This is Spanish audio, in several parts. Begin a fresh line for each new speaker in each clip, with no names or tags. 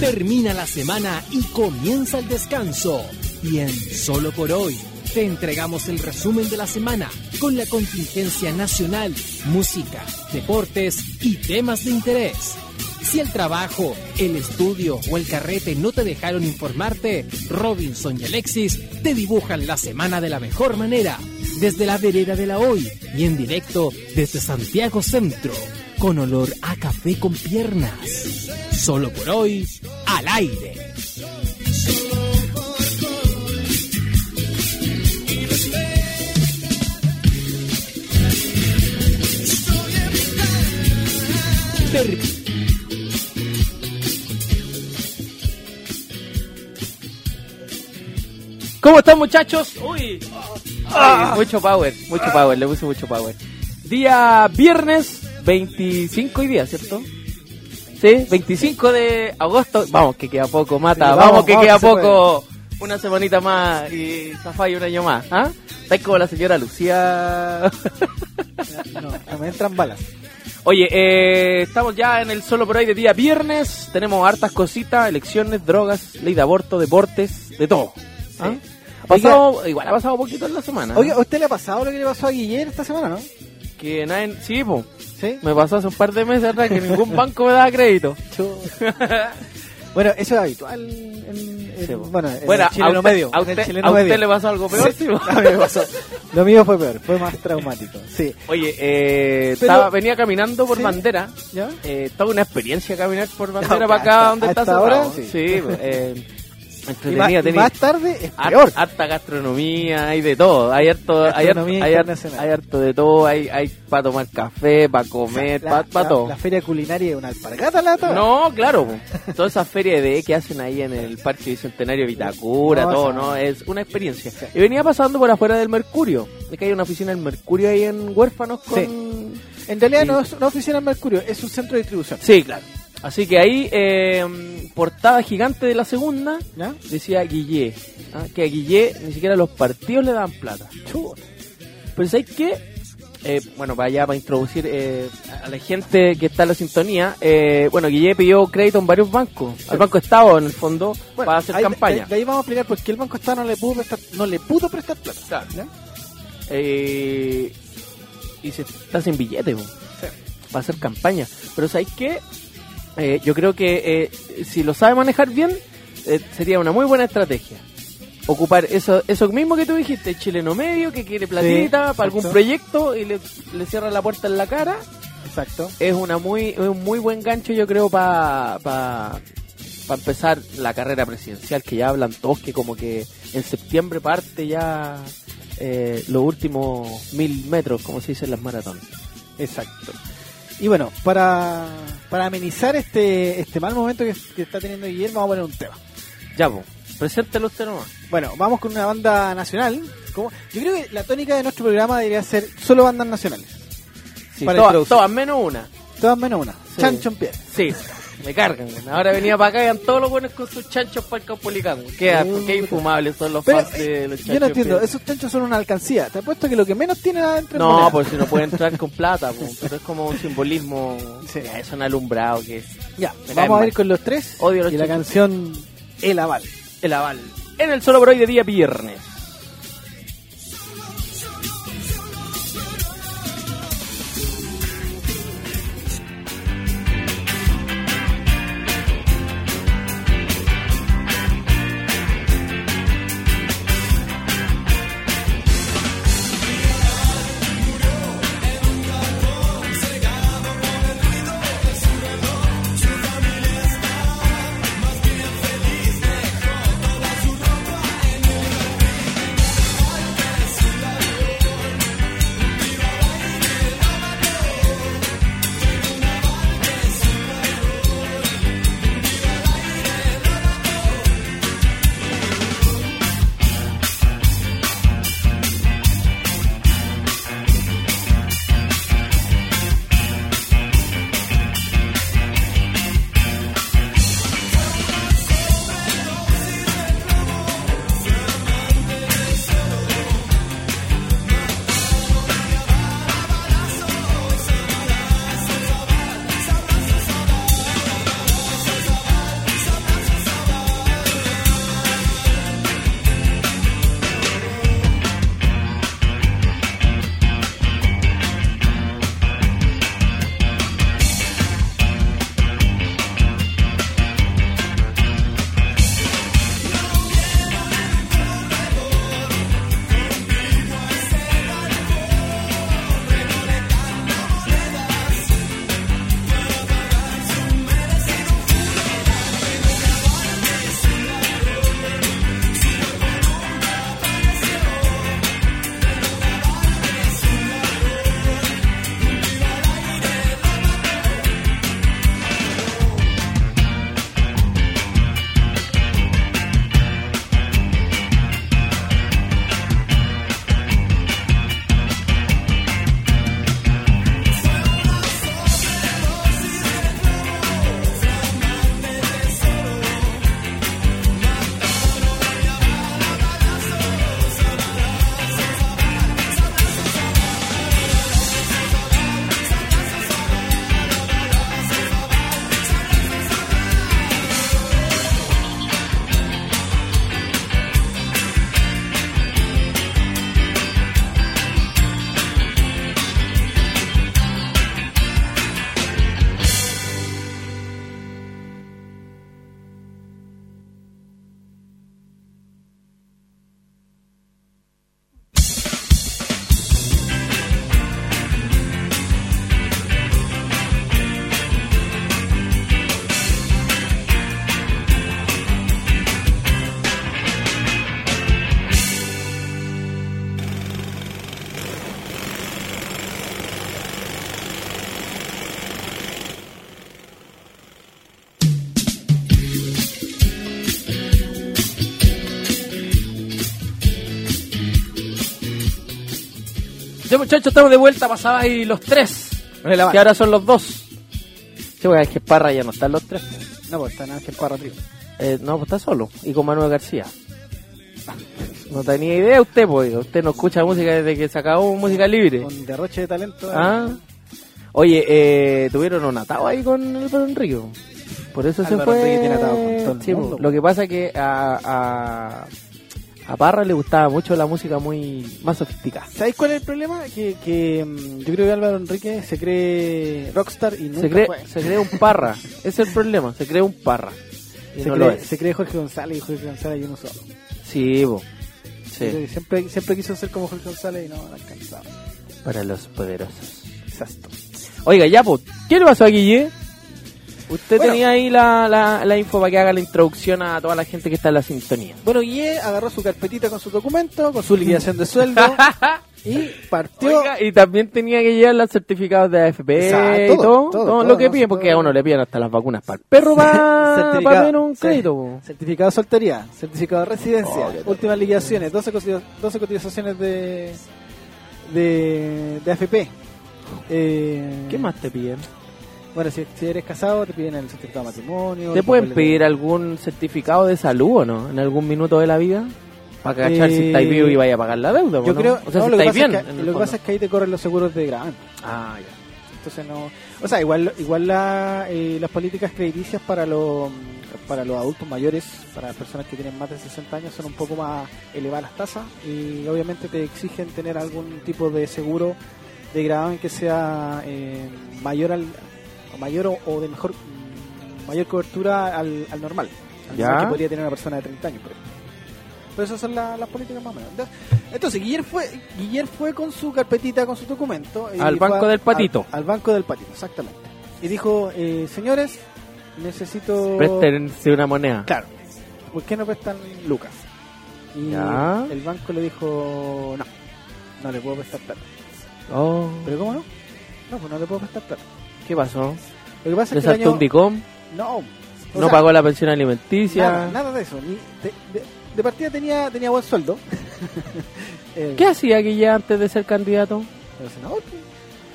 Termina la semana y comienza el descanso. Y en Solo por hoy te entregamos el resumen de la semana con la contingencia nacional, música, deportes y temas de interés. Si el trabajo, el estudio o el carrete no te dejaron informarte, Robinson y Alexis te dibujan la semana de la mejor manera, desde la vereda de la hoy y en directo desde Santiago Centro, con olor a café con piernas. Solo por hoy, al aire. Ter-
¿Cómo están muchachos? Uy. Ay, mucho power, mucho power, le puse mucho power. Día viernes 25 y día, ¿cierto? Sí, 25 de agosto. Vamos, que queda poco, mata. vamos,
Sí, vamos,
que
vamos,
queda
que se
poco. Una semanita más y Zafá y un año más. ¿Ah? ¿Estás como la señora Lucía?
No, no me entran balas.
Oye, eh, estamos ya en el solo por hoy de día viernes. Tenemos hartas cositas, elecciones, drogas, ley de aborto, deportes, de todo. ¿Ah? Ha pasado- igual ha pasado poquito en la semana. ¿eh?
Oye, ¿a usted le ha pasado lo que le pasó a Guillermo esta semana, no?
Que nadie... Sí, po.
Sí.
Me pasó hace un par de meses atrás que ningún banco me daba crédito.
Bueno, eso es habitual en, en-
Sí, po.
bueno, en
Bueno,
el chileno
a usted,
medio.
A
en el
usted,
chileno
a usted
medio.
le pasó algo peor, sí, po.
A mí me pasó. Lo mío fue peor, fue más traumático. Sí.
Oye, eh,
Pero-
estaba- venía caminando por
Sí.
bandera.
¿Ya?
Eh, toda una experiencia caminar por bandera
No,
para acá
hasta-
donde está
hasta
Cerrado.
ahora, sí.
po, eh,
Y más,
entretenida,
y
tenía Ah,
más tarde es
har-
peor.
harta gastronomía, hay de todo. Hay harto, hay harto,
Gastronomía
hay harto-
internacional.
hay harto de todo. Hay, hay para tomar café, para comer,
La-
para
la-
todo.
la feria culinaria es una alpargata lata.
No, claro. po. Toda esa feria de que hacen ahí en el Parque Bicentenario de Vitacura,
No,
todo,
esa-
¿no? Es una experiencia. Y venía pasando por afuera del Mercurio. Es que hay una oficina del Mercurio ahí en Huérfanos con...
En realidad
Sí.
no es una oficina en Mercurio, es un centro de distribución.
Sí, claro. Así que ahí, eh, portada gigante de la segunda,
¿Ya?
decía Guillé. ¿ah? Que a Guillé ni siquiera los partidos le daban plata.
Chuta.
Pero ¿sabes qué? Eh, bueno, para allá, para introducir eh, a la gente que está en la sintonía, eh, bueno, Guille pidió crédito en varios bancos, al Banco Estado en el fondo,
Bueno,
para hacer
ahí-
campaña.
De, de ahí vamos a explicar por qué el Banco Estado no le pudo prestar, no le pudo prestar plata.
Claro.
¿Ya?
Eh, y se está sin billete, po, para hacer campaña. Pero ¿sabes qué? Eh, yo creo que eh, si lo sabe manejar bien, eh, sería una muy buena estrategia. Ocupar eso eso mismo que tú dijiste, el chileno medio que quiere platita
exacto.
para algún proyecto y le, le cierra la puerta en la cara.
Exacto.
es una muy es un muy buen gancho yo creo para pa, pa empezar la carrera presidencial que ya hablan todos que como que en septiembre parte ya eh, los últimos mil metros como se dice en las maratones
Exacto. Y bueno, para, para amenizar este, este mal momento que, que está teniendo Guillermo, vamos a poner un tema.
ya pues preséntelo usted nomás
Bueno, vamos con una banda nacional. Como- Yo creo que la tónica de nuestro programa debería ser solo bandas nacionales.
Sí,
Para
todas,
introducir.
todas menos una
Todas menos una.
Sí.
Chancho en pie.
sí me cargan weón. ahora venía para acá y eran todos los buenos con sus chanchos para el Caupolicán weón. qué, asco, qué infumables son los
Mm. Pero eh,
fans de los chanchos
yo no entiendo,
piola.
esos chanchos son una alcancía. Te apuesto que lo que menos tienen adentro es
No,
moneda.
por si no puede entrar con plata, po, pero es como un simbolismo.
Sí.
Ya, Es un alumbrado que es
Ya,
Me caen
vamos a
mal.
ir con los tres.
Odio los
y la
chanchos.
canción El Aval.
el aval. En el solo por hoy de día viernes. Sí, muchachos, estamos de vuelta. Pasaba ahí los tres.
Ponle la
Que
mano.
ahora son los dos. Sí, porque es que Parra ya no están los tres.
No, pues está Ángel Parra arriba.
Eh, no, pues está solo. Y con Manuel García. No tenía idea usted, pues. Usted no escucha música desde que se acabó música libre.
Con derroche de talento. eh.
Ah. Oye, eh, tuvieron un atado ahí con Álvaro Enrique. Por eso se
Álvaro
fue.
Enrique tiene atado con todo el
Sí, po.
mundo.
Lo que pasa es que a, a, a Parra le gustaba mucho la música muy más sofisticada.
¿Sabéis cuál es el problema? Que, que mm, yo creo que Álvaro Enrique se cree rockstar y nunca
Se cree,
fue.
se cree un parra. Ese es el problema. Se cree un parra. Y
Se
no lo
cree,
es.
se cree Jorge González y Jorge González y uno solo.
Sí, po.
Yo creo
Sí.
que Siempre, siempre quiso ser como Jorge González y no lo alcanzaba.
Para los poderosos.
Exacto.
Oiga, ya, po. ¿Qué le pasó a Guille? Usted
Bueno.
tenía ahí la, la, la info para que haga la introducción a toda la gente que está en la sintonía.
Bueno, Guille agarró su carpetita con su documento, con su liquidación de sueldo y partió.
Oiga, y también tenía que llevar los certificados de AFP
Exacto,
y todo,
todo,
todo
todo,
lo que
no,
piden, porque a
todo.
uno le piden hasta las vacunas para el perro ah, para
Certificado,
ver un
sí.
crédito. po.
Certificado de soltería, certificado de residencia,
Oh, qué tal.
últimas liquidaciones, 12, cotiza- 12 cotizaciones de, de, de AFP. Eh,
¿Qué más te piden?
Bueno, si, si eres casado, te piden el certificado de matrimonio.
¿Te
el
pueden
papel de-
pedir algún certificado de salud o no? ¿En algún minuto de la vida? Para cachar si
Eh,
estáis vivo y vaya a pagar la deuda. po,
Yo
¿no?
creo.
O sea,
no,
si
lo, que
estáis
pasa
bien.
es
en
que,
el
lo que
fondo.
pasa es que ahí te corren los seguros de gran.
Ah, ya.
Entonces no. O sea, igual, igual la, eh, las políticas crediticias para los para los adultos mayores, para las personas que tienen más de 60 años, son un poco más elevadas las tasas y obviamente te exigen tener algún tipo de seguro de gravamen que sea eh, mayor al o mayor o, o de mejor mm, mayor cobertura al, al normal, al
Ya.
normal que podría tener una persona de 30 años. Por ejemplo. Pero esas son Pues la- las políticas más o menos. Entonces- Entonces, Guillermo fue, Guillermo fue con su carpetita, con su documento. y
Al
fue
banco
a-
del patito.
Al, al banco del patito, exactamente. Y dijo, eh, señores, necesito...
Préstense una moneda.
Claro. ¿Por qué no prestan lucas? Y
Ya.
el banco le dijo, no, no le puedo prestar plata.
Oh,
¿Pero cómo no? No, pues no le puedo prestar plata.
¿Qué pasó?
Lo que pasa
¿Le
es que el
saltó
año...
un DICOM?
No. o
¿No
sea,
pagó la pensión alimenticia?
Nada, nada de eso. ni- de, de- de partida tenía, tenía buen sueldo. Eh,
¿Qué hacía Guille antes de ser candidato?
Pero senador, pues.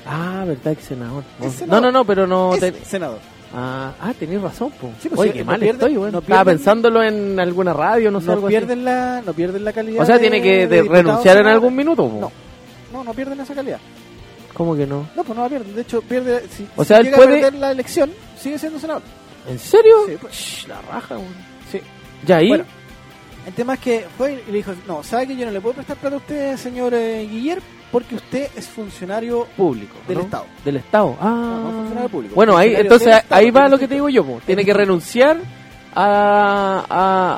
Ah, verdad que senador. Oh.
Es
No,
senador.
no, no, pero no.
Es
ten-
senador.
Ah, ah, tenías razón, po.
Sí, pues,
Oye,
sí,
qué
no
mal
pierden-
estoy, weón.
no
Estaba
pierden-
pensándolo en alguna radio, no sé,
no
algo
pierden la no pierden la
así.
calidad
O sea,
de-
tiene que de
de diputado,
renunciar en
senador.
algún minuto, po.
no no no pierden esa calidad
¿Cómo que no?
no pues no la pierden de hecho pierde si,
O
si
sea, él
llega
puede-
a perder la elección sigue siendo senador
¿En serio?
Sí, pues.
Shh, la raja, weón.
sí
¿Ya ahí?
bueno el tema es que fue y le dijo no sabe que yo no le puedo prestar plata a usted señor eh, Guillermo porque usted es funcionario
público.
del
¿no?
Estado
Del Estado. Ah.
No, no funcionario público.
Bueno, ahí,
Funcionario
entonces
del Estado,
ahí va
tiene
lo que te digo yo, po. Tiene que renunciar a,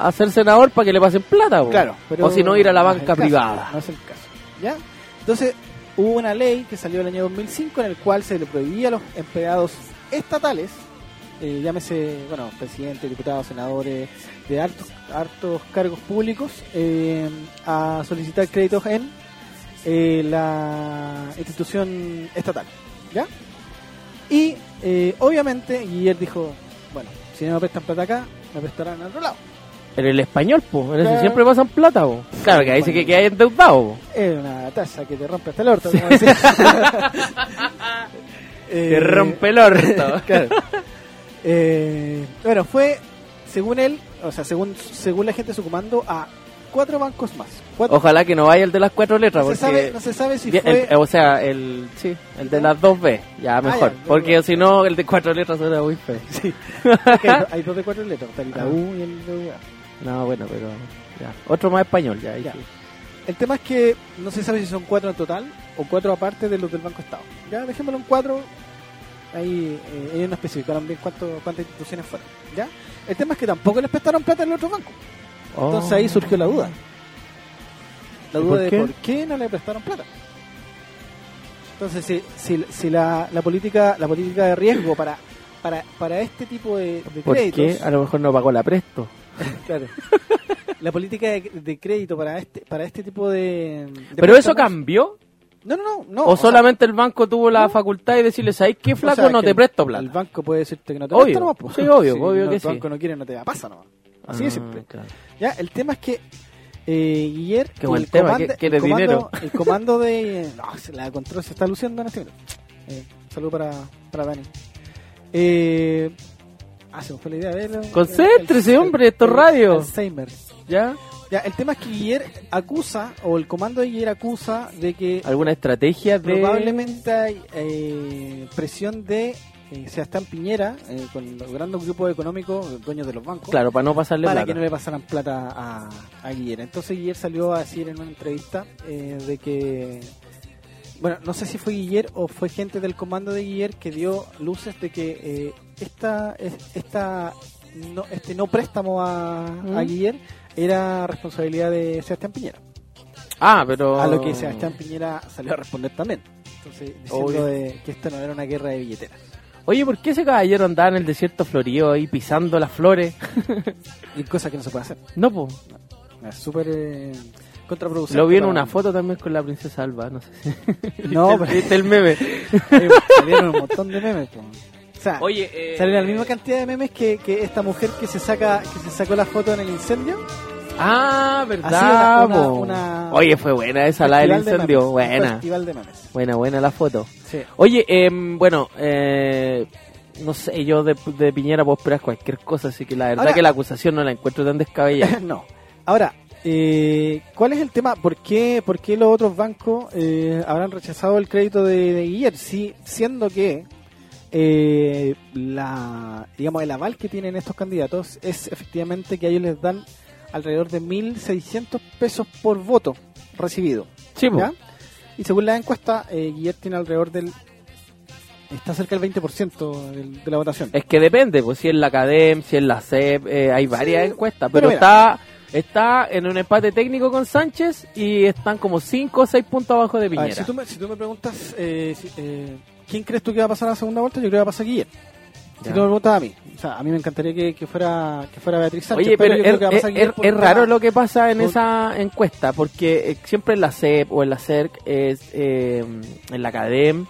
a, a ser senador para que le pasen plata, po.
Claro, pero
O si no, ir a la
no es el
banca
caso,
privada.
no es el caso. ¿Ya? Entonces, hubo una ley que salió el año 2005 en el cual se le prohibía a los empleados estatales, eh, llámese, bueno, presidente, diputados, senadores, de altos, altos cargos públicos, eh, a solicitar créditos en eh, la institución estatal. ¿Ya? Y eh, obviamente Guillermo dijo, bueno, si no me prestan plata acá, me prestarán en otro lado.
En el español, po. En ese
Claro.
siempre pasan plata, po. Claro, que ahí sí que quedáis endeudado, po.
Es una taza que te rompe hasta el orto. como decía. Eh,
Te rompe el orto.
claro. Eh, bueno, fue, según él, o sea, según, según la gente de su comando, a cuatro bancos más. Cuatro-
Ojalá que no vaya el de las cuatro letras,
no, se
porque...
sabe, no se sabe si
Bien,
fue... Ah,
el- o sea, el, sí, el de las dos b ya mejor.
ya,
porque
ya.
si no, el de cuatro letras era muy feo.
Ok, hay, dos de cuatro letras, está el Itaú y el de UA.
No, bueno, pero ya. Otro más español, ya. ahí
Ya.
sí.
El tema es que no se sabe si son cuatro en total o cuatro aparte de los del Banco Estado. Ya, dejémoslo en cuatro. Ahí eh, ellos no especificaron bien cuánto- cuántas instituciones fueron. ¿ya? El tema es que tampoco les prestaron plata en el otro banco.
Oh.
Entonces ahí surgió la duda. La
¿Y
duda
por
de
qué?
por qué no le prestaron plata. Entonces, si, si, si la, la política la política de riesgo para para, para este tipo de, de
¿Por
créditos,
qué? Ah. A lo mejor no pagó la presto.
claro, la política de, de crédito para este para este tipo de, de
¿Pero eso
préstamos-
cambió?
No, no, no, no.
¿O,
o sea,
solamente el banco tuvo la facultad de decirles, ¿sabes qué,
o
flaco?
sea,
no
que
te
el-
presto
El
plata.
banco puede decirte que no te
Obvio,
presta nomás, po.
sí, obvio,
Si
obvio
no,
que
el
sí.
banco no quiere, no te da, pasa nomás. Así
Ah,
de simple.
claro.
Ya, el tema es que Eh, Guiller,
Qué buen tema, ¿qué- quieres
el comando,
dinero?
el comando de... eh, no, se la control se está luciendo en este minuto. Eh, saludo para, para Dani. Eh, ah, se me fue la idea. de verlo.
Concéntrese, hombre, esto es
el-
radio.
Alzheimer.
¿Ya?
Ya, el tema es que Guiller acusa, o el comando de Guiller acusa de que
¿Alguna estrategia de...?
probablemente hay eh, presión de eh, Sebastián Piñera, eh, con los grandes grupos económicos, dueños de los bancos,
Claro, para no pasarle
para
plata.
que no le pasaran plata a, a Guiller. Entonces Guiller salió a decir en una entrevista eh, de que, bueno, no sé si fue Guiller o fue gente del comando de Guiller que dio luces de que eh, esta, es- esta no, este no préstamo a, a
¿Mm?
Guiller era responsabilidad de Sebastián Piñera.
Ah, pero...
A lo que Sebastián Piñera salió a responder también. Entonces,
Obvio.
diciendo de que esto no era una guerra de billeteras.
Oye, ¿por qué ese caballero andaba en el desierto florido ahí pisando las flores?
Y cosa que no se puede hacer.
No, po.
Es súper eh, contraproducente.
Lo vi en
para-
una foto también con la princesa Alba, no sé si...
No, pero
¿Viste el meme?
eh, salieron un montón de memes. po. O sea,
Oye, eh...
salieron la misma cantidad de memes que, que esta mujer que se saca que se sacó la foto en el incendio.
Ah,
Así,
verdad,
una- una-
po.
una-
Oye, fue buena esa, la del
Festival de
incendio.
memes. Un
Buena,
Festival de memes.
buena, buena la foto.
Sí.
Oye, em, bueno, eh, no sé, yo de, de Piñera puedo esperar cualquier cosa, así que la verdad
Ahora-
que la acusación no la encuentro tan descabellada.
no. Ahora, eh, ¿cuál es el tema? ¿Por qué, por qué los otros bancos eh, habrán rechazado el crédito de, de Guiller? Si, siendo que eh, la, digamos, el aval que tienen estos candidatos es efectivamente que a ellos les dan alrededor de 1.600 pesos por voto recibido.
Sí, po.
¿ya? Y según la encuesta, eh, Guiller tiene alrededor del... Está cerca del 20% del- de la votación.
Es que depende, pues si es la CADEM, si es la CEP, eh, hay varias encuestas, pero,
pero mira.
está está en un empate técnico con Sánchez y están como 5 o 6 puntos abajo de
A ver,
Piñera.
si, tú me, si tú me preguntas eh, si- eh, quién crees tú que va a pasar a la segunda vuelta, yo creo que va a pasar Guillermo. Si
Ya.
tú me preguntas a mí, o sea, a mí me encantaría que, que fuera que fuera Beatriz Sánchez.
Oye, pero,
yo creo que va a
es,
pasar
es-
Guillermo por
es
un
raro
tema-
lo que pasa en
por-
esa encuesta, porque eh, siempre en la CEP o en la CERC, es, eh, en la CADEM,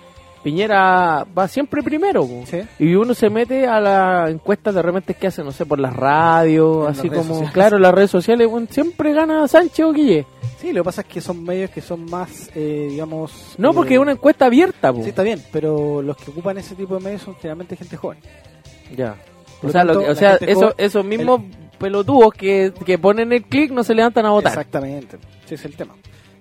Piñera va siempre primero. po.
Sí.
Y uno se mete a las encuestas de repente que hacen, no sé, por las radios,
En las
así
redes
como,
sociales.
claro, las redes sociales, bueno, siempre gana Sánchez o Guille.
Sí, lo que pasa es que son medios que son más, eh, digamos...
No,
eh,
porque es una encuesta abierta, po.
Sí, está bien, pero los que ocupan ese tipo de medios son generalmente gente joven.
Ya.
Por
O
lo
sea, lo
tanto,
que- o
la
sea,
gente
eso-
joven-
esos mismos pelotudos que, que ponen el clic no se levantan a votar.
Exactamente, ese es el tema.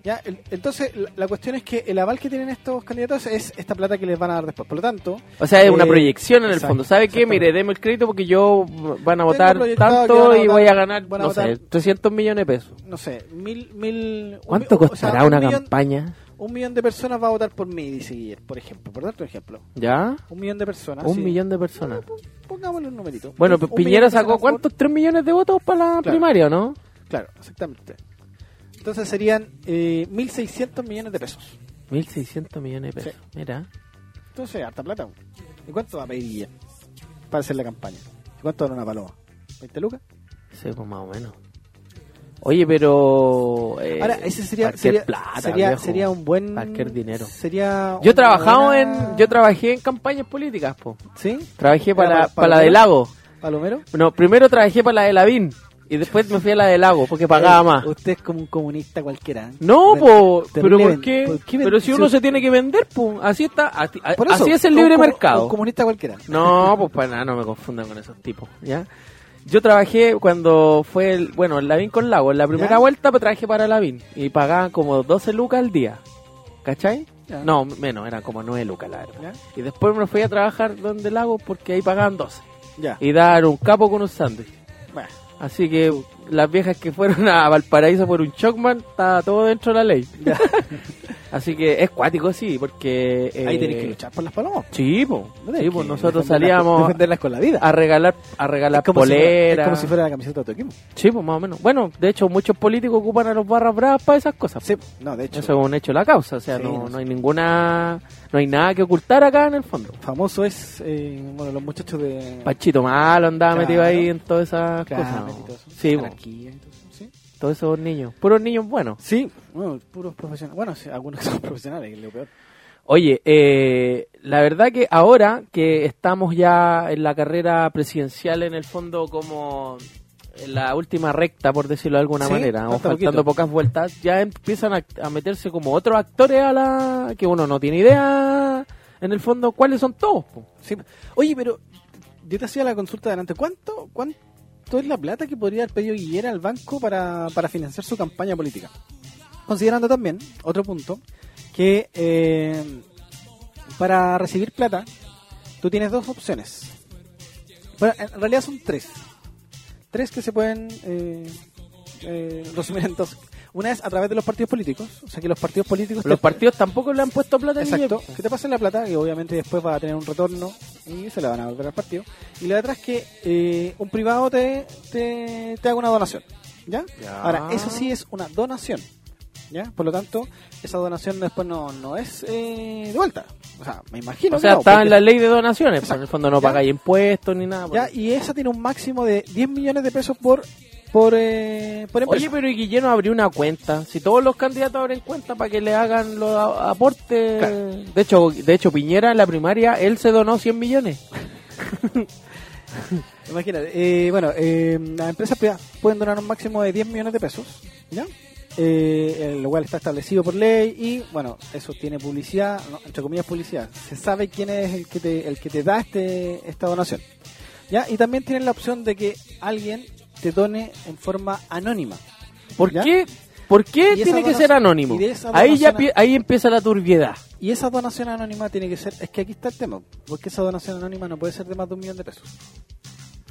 Ya, el- entonces, la, la cuestión es que el aval que tienen estos candidatos es esta plata que les van a dar después. Por lo tanto,
O sea, es una
Eh,
proyección en el
exacto,
fondo. ¿Sabe qué?
exactamente.
Mire, deme el crédito porque yo van a votar
proyectado que van
tanto
a
y
votar-
voy a ganar,
van a
no
votar-
sé, 300 millones de pesos.
no sé, mil... mil
¿Cuánto
un- o sea,
costará
un
una
millón-
campaña?
un millón de personas va a votar por mí, dice Guillermo, por ejemplo, por darte un ejemplo.
¿Ya?
Un millón de personas.
Un
Ah, sí.
millón de personas.
Pongámosle un numerito.
Bueno,
Un-
pues
un millón
Piñera
de
sacó
personas por-
cuántos, 3 millones de votos para la
Claro.
primaria, ¿no?
Claro, exactamente. Entonces serían eh, 1.600 millones de pesos.
1.600 millones de pesos. Mira.
Entonces, harta plata. ¿Y cuánto va a pedir Guillermo para hacer la campaña? ¿Y cuánto dará una paloma? ¿20 lucas?
Sí, pues más o menos. Oye, pero... eh,
Ahora, ese sería,
cualquier
sería,
plata,
sería,
viejo.
sería un buen...
Cualquier dinero.
Sería
Yo he
una
trabajado
buena-
en, yo trabajé en campañas políticas, po.
¿Sí?
Trabajé para,
¿Era
para,
para- para
la de
Lavín?
Lago.
¿Palomero?
No, primero trabajé para la de Lavín y después me fui a la de Lago porque pagaba
Eh,
más.
Usted es como un comunista cualquiera. ¿eh?
No,
Ven-
po, pero
terrible
¿por
ven-
qué?
¿por qué ven-
Pero si uno se tiene que vender, po, así está, a- a-
Por eso,
así es el
un
libre
comu-
mercado.
Un comunista cualquiera.
No, pues para nada, no me confundan con esos tipos, ¿ya? Yo trabajé cuando fue el, bueno, el Lavín con Lago, en la primera
¿Ya?
vuelta pues, trabajé para Lavín y pagaban como 12 lucas al día. ¿Cachai?
Ya.
No, menos, eran como 9 lucas la verdad.
¿Ya?
Y después me fui a trabajar donde Lago porque ahí pagaban 12
Ya.
y dar un capo con un sándwich.
Bueno,
Así que las viejas que fueron a Valparaíso por un Chocman, está todo dentro de la ley. Así que es cuático, sí, porque... eh,
ahí tenés que luchar por las palomas.
Sí, po.
No tenés
Sí, po,
que
nosotros
defenderlas-
salíamos
defenderlas con la vida.
a regalar a regalar
Es como si fuera-
poleras.
es como si fuera la camiseta de tu equipo.
Sí, pues más o menos. Bueno, de hecho, muchos políticos ocupan a los barras bravas para esas cosas.
Sí, no, de hecho.
Eso es un hecho de la causa, o sea,
Sí,
no,
no
no hay ninguna... No hay nada que ocultar acá en el fondo.
Famoso es, eh, bueno, los muchachos de.
Pachito Malo andaba
Claro.
metido ahí en todas esas
Carmen y
cosas.
todo
¿no?
eso.
Sí, pues. po.
Anarquía y todo eso, sí.
todos esos niños. Puros niños buenos.
Sí, bueno, puros profesionales. Bueno, sí, algunos son profesionales, que es lo peor.
Oye, eh, la verdad que ahora que estamos ya en la carrera presidencial, en el fondo como en la última recta, por decirlo de alguna
Sí,
manera, o
falta
faltando
poquito.
pocas vueltas, ya empiezan a, a meterse como otros actores a la que uno no tiene idea, en el fondo, cuáles son todos. po.
Sí. Oye, pero yo te hacía la consulta delante. ¿Cuánto, ¿Cuánto es la plata que podría haber pedido Guillera al banco para, para financiar su campaña política? Considerando también, otro punto, que eh, para recibir plata tú tienes dos opciones. Bueno, en realidad son tres. Tres que se pueden eh, eh, resumir en dos. Una es a través de los partidos políticos. O sea que los partidos políticos...
Los
te-
partidos tampoco le han puesto plata a
Exacto,
Guille, po.
que te pasen la plata, que obviamente después va a tener un retorno y se la van a volver al partido. Y la otra es que eh, un privado te, te, te haga una donación. ¿ya?
Ya.
Ahora, eso sí es una donación. ¿ya? Por lo tanto, esa donación después no, no es eh, de vuelta. O sea, me imagino.
O
que
sea,
no,
está en
porque-
la ley de donaciones, po, en
Exacto.
el fondo no
Ya.
pagáis impuestos ni nada. por
¿ya?
el-
Y esa tiene un máximo de 10 millones de pesos por, por, eh, por empresa.
Oye, pero ¿y Guillermo abrió una cuenta? Si todos los candidatos abren cuenta para que le hagan los a- aportes...
Claro.
De hecho, de hecho, Piñera en la primaria, él se donó 100 millones.
Imagínate, eh, bueno, eh, las empresas privadas pueden donar un máximo de 10 millones de pesos, ¿ya? Eh, eh, lo cual está establecido por ley y, bueno, eso tiene publicidad, no, entre comillas publicidad. Se sabe quién es el que te, el que te da este, esta donación, ¿ya? Y también tienen la opción de que alguien te done en forma anónima.
¿Por
¿Ya?
qué? ¿Por qué
Y esa
tiene que
donación-
ser anónimo?
y de esa
Ahí ya
donación-
pi- ahí empieza la turbiedad.
Y esa donación anónima tiene que ser, es que aquí está el tema, porque esa donación anónima no puede ser de más de un millón de pesos.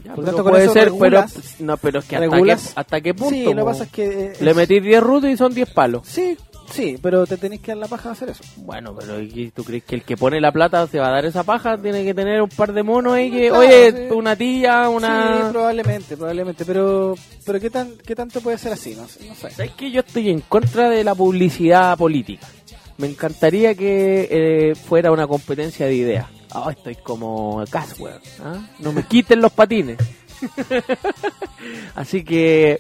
Ya,
Por lo
pero
tanto, con
puede
eso
ser,
regulas-
pero no, pero es que hasta, qué,
regulas-
hasta qué punto.
sí, lo que
po?
pasa es que... eh,
Le
es-
metí 10 rutas y son 10 palos.
Sí, sí, pero te tenés que dar la paja de hacer eso.
Bueno, pero ¿y ¿tú crees que el que pone la plata se va a dar esa paja? Tiene que tener un par de monos ahí que,
Claro,
oye,
sí.
una tía, una...
eh. Sí, probablemente, probablemente. Pero, pero ¿qué, tan, ¿qué tanto puede ser así? No, sé, no sé.
¿Sabes que yo estoy en contra de la publicidad política? Me encantaría que eh, fuera una competencia de ideas. Ah, estoy como Caswell. ¿ah? No me quiten los patines. Así que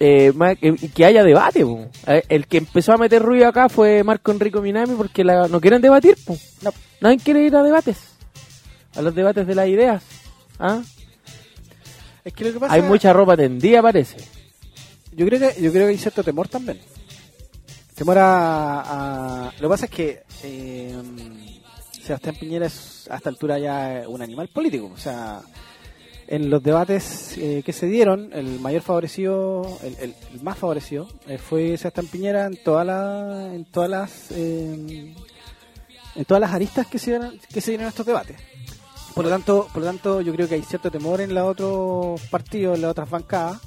eh, ma- que que haya debate. po. Eh, El que empezó a meter ruido acá fue Marco Enrico Minami porque la- no quieren debatir. po.
No.
Nadie quiere ir a debates. A los debates de las ideas. ¿ah?
Es que lo que pasa
Hay mucha ropa tendida, parece.
Yo creo que, yo creo que hay cierto temor también. Temor a. a- lo que pasa es que eh, Sebastián Piñera es a esta altura ya un animal político. O sea, en los debates eh, que se dieron, el mayor favorecido, el, el- el más favorecido, eh, fue Sebastián Piñera en, toda la, en todas las. eh, en todas las aristas que se dieron, que se dieron en estos debates. Por lo tanto, por lo tanto, yo creo que hay cierto temor en los otros partidos, en las otras bancadas,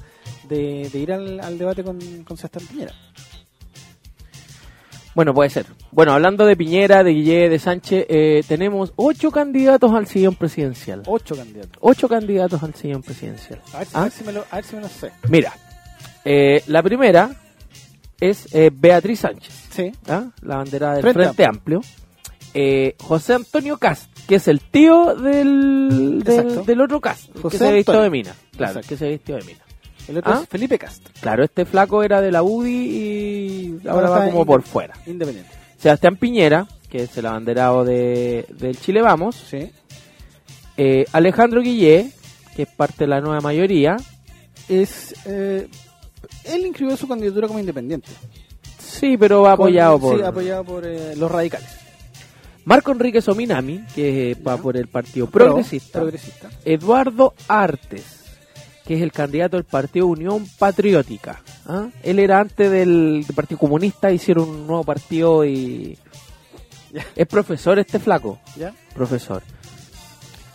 de, de ir al, al debate con, con Sebastián Piñera.
Bueno, puede ser. Bueno, hablando de Piñera, de Guille, de Sánchez, eh, tenemos ocho candidatos al sillón presidencial.
Ocho candidatos.
Ocho candidatos al sillón presidencial.
A ver, si-
¿Ah?
a ver si me lo, a ver si me lo sé.
Mira, eh, la primera es eh, Beatriz Sánchez,
Sí.
¿ah? la bandera del Frente,
Frente
Amplio. Eh, José Antonio Cast, que es el tío del,
Exacto.
del, del otro Cast, el que
José
se vistió
Antonio.
de mina. Claro, el
Exacto.
que se vistió de mina.
El otro
¿Ah?
es Felipe Cast,
Claro, este flaco era de la UDI y ahora
Ahora
va
está
como
en-
por fuera.
independiente.
Sebastián Piñera, que es el abanderado de, del Chile Vamos,
Sí.
eh, Alejandro Guillé, que es parte de la nueva mayoría,
Es. eh, él inscribió su candidatura como independiente.
sí, pero va apoyado
Con-
por
Sí, apoyado por eh, los radicales.
Marco Enrique Sominami, que eh, va
Ya.
por el Partido Progresista,
Progresista.
Eduardo Artes, que es el candidato del Partido Unión Patriótica. ¿ah? Él era antes del, del Partido Comunista, hicieron un nuevo partido y...
Ya.
Es profesor este flaco,
¿Ya?
profesor.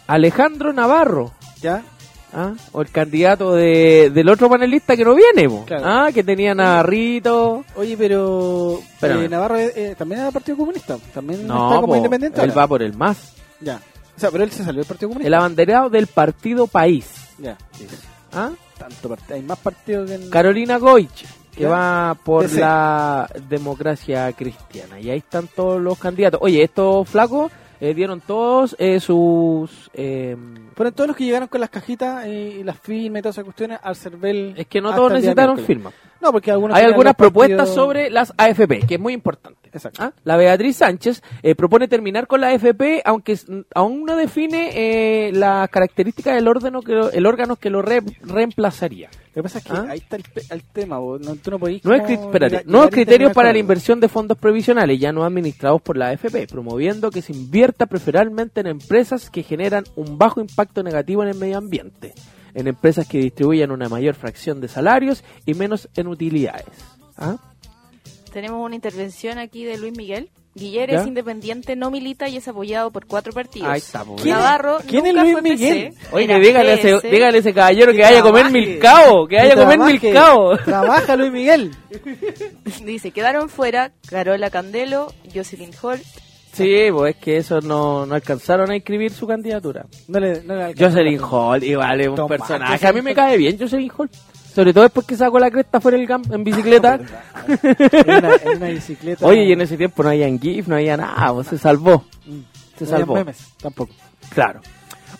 Alejandro Navarro,
¿Ya?
¿Ah? O el candidato de- del otro panelista que no viene, po.
Claro.
¿Ah? que tenían a Rito.
Oye, pero.
Espérame.
eh, Navarro eh, también era Partido Comunista. También
No,
está como
po,
independiente.
él
ahora.
va por el más.
Ya. O sea, pero él se salió del Partido Comunista.
El abanderado del partido País.
Ya.
¿Ah?
Tanto part- Hay más partidos que en...
Carolina Goich, que
Ya.
va por
DC.
la democracia cristiana. Y ahí están todos los candidatos. Oye, estos flacos eh, dieron todos eh, sus... eh,
Fueron todos los que llegaron con las cajitas y, y las eh, firmas y todas esas cuestiones al CERVEL.
es que no
hasta
todos
el día
necesitaron
miércoles.
firma.
No, porque algunos
Hay
tenían
algunas
los partidos-
propuestas sobre las AFP, que es muy importante.
Exacto.
¿Ah? La Beatriz Sánchez eh, propone terminar con la AFP, aunque s- aún no define eh, las características del órgano que, lo- el órgano que lo re- reemplazaría.
Lo que pasa es que
¿Ah?
ahí está el, pe- el tema, vos. No, tú no podís
Nuevos,
como
cri- espérate,
llegar-
nuevos
llegar y
criterios para
terminar con
la
algo.
inversión de fondos provisionales ya no administrados por la AFP, promoviendo que se invierta preferentemente en empresas que generan un bajo impacto negativo en el medio ambiente, en empresas que distribuyan una mayor fracción de salarios y menos en utilidades. ¿Ah?
Tenemos una intervención aquí de Luis Miguel. Guillermo
¿Ya?
es independiente, no milita y es apoyado por cuatro partidos.
Ahí está, po,
¿Quién-
Navarro
quién es
nunca
Luis
fue
Miguel?
PC,
Oye,
era
dígale a, ese,
PS.
dígale a ese caballero que,
que
vaya a comer
trabaje.
milcao, que vaya a comer
trabaje.
milcao.
Trabaja Luis Miguel.
Dice, quedaron fuera Carola Candelo, Jocelyn Holt.
Sí, pues es que esos no, no alcanzaron a inscribir su candidatura.
No le, no le alcanza.
Jocelyn Hall, igual es un
Toma,
personaje.
Jocelyn
A mí me
Hall.
cae bien Jocelyn Hall. Sobre todo después que sacó la cresta fuera del campo en bicicleta.
En una, en una bicicleta.
Oye, y en ese tiempo no había GIF, no había nada, pues, se salvó.
Mm.
Se
No había
salvó.
memes, tampoco.
Claro.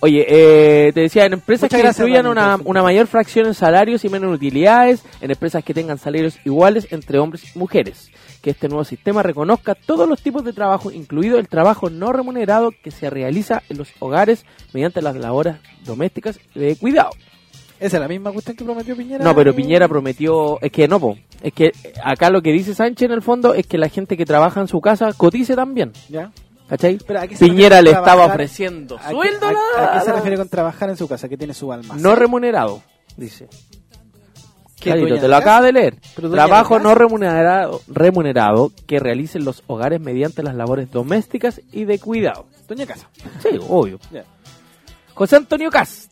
Oye, eh, te decía, en empresas
Muchas
que
gracias,
incluyan
Dani,
una,
por eso.
una mayor fracción en salarios y menos en utilidades, en empresas que tengan salarios iguales entre hombres y mujeres. Que este nuevo sistema reconozca todos los tipos de trabajo, incluido el trabajo no remunerado que se realiza en los hogares mediante las labores domésticas de cuidado.
Esa es la misma cuestión que prometió Piñera.
No, pero Piñera prometió, es que no, po. es que acá lo que dice Sánchez en el fondo es que la gente que trabaja en su casa cotice también,
Ya.
¿cachai?
Pero ¿a qué se
Piñera
refiere
le
con
estaba
trabajar?
ofreciendo
¿A qué-
sueldo
a-
la-
¿A qué se refiere con trabajar en su casa? Que tiene su alma.
no remunerado, dice.
¿Qué,
Clarito,
dueña
te
de
lo
casa?
acabas de leer.
¿Pero dueña de
Trabajo
casa?
no remunerado, remunerado que realicen los hogares mediante las labores domésticas y de cuidado.
Doña Casa.
Sí, obvio.
Ya.
José Antonio Cas.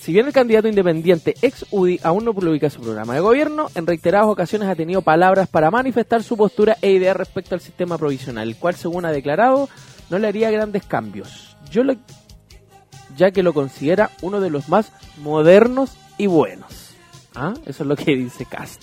Si bien el candidato independiente ex UDI aún no publica su programa de gobierno, en reiteradas ocasiones ha tenido palabras para manifestar su postura e idea respecto al sistema provisional, el cual, según ha declarado, no le haría grandes cambios. Yo lo- ya que lo considera uno de los más modernos y buenos. ¿Ah? Eso es lo que dice Cast.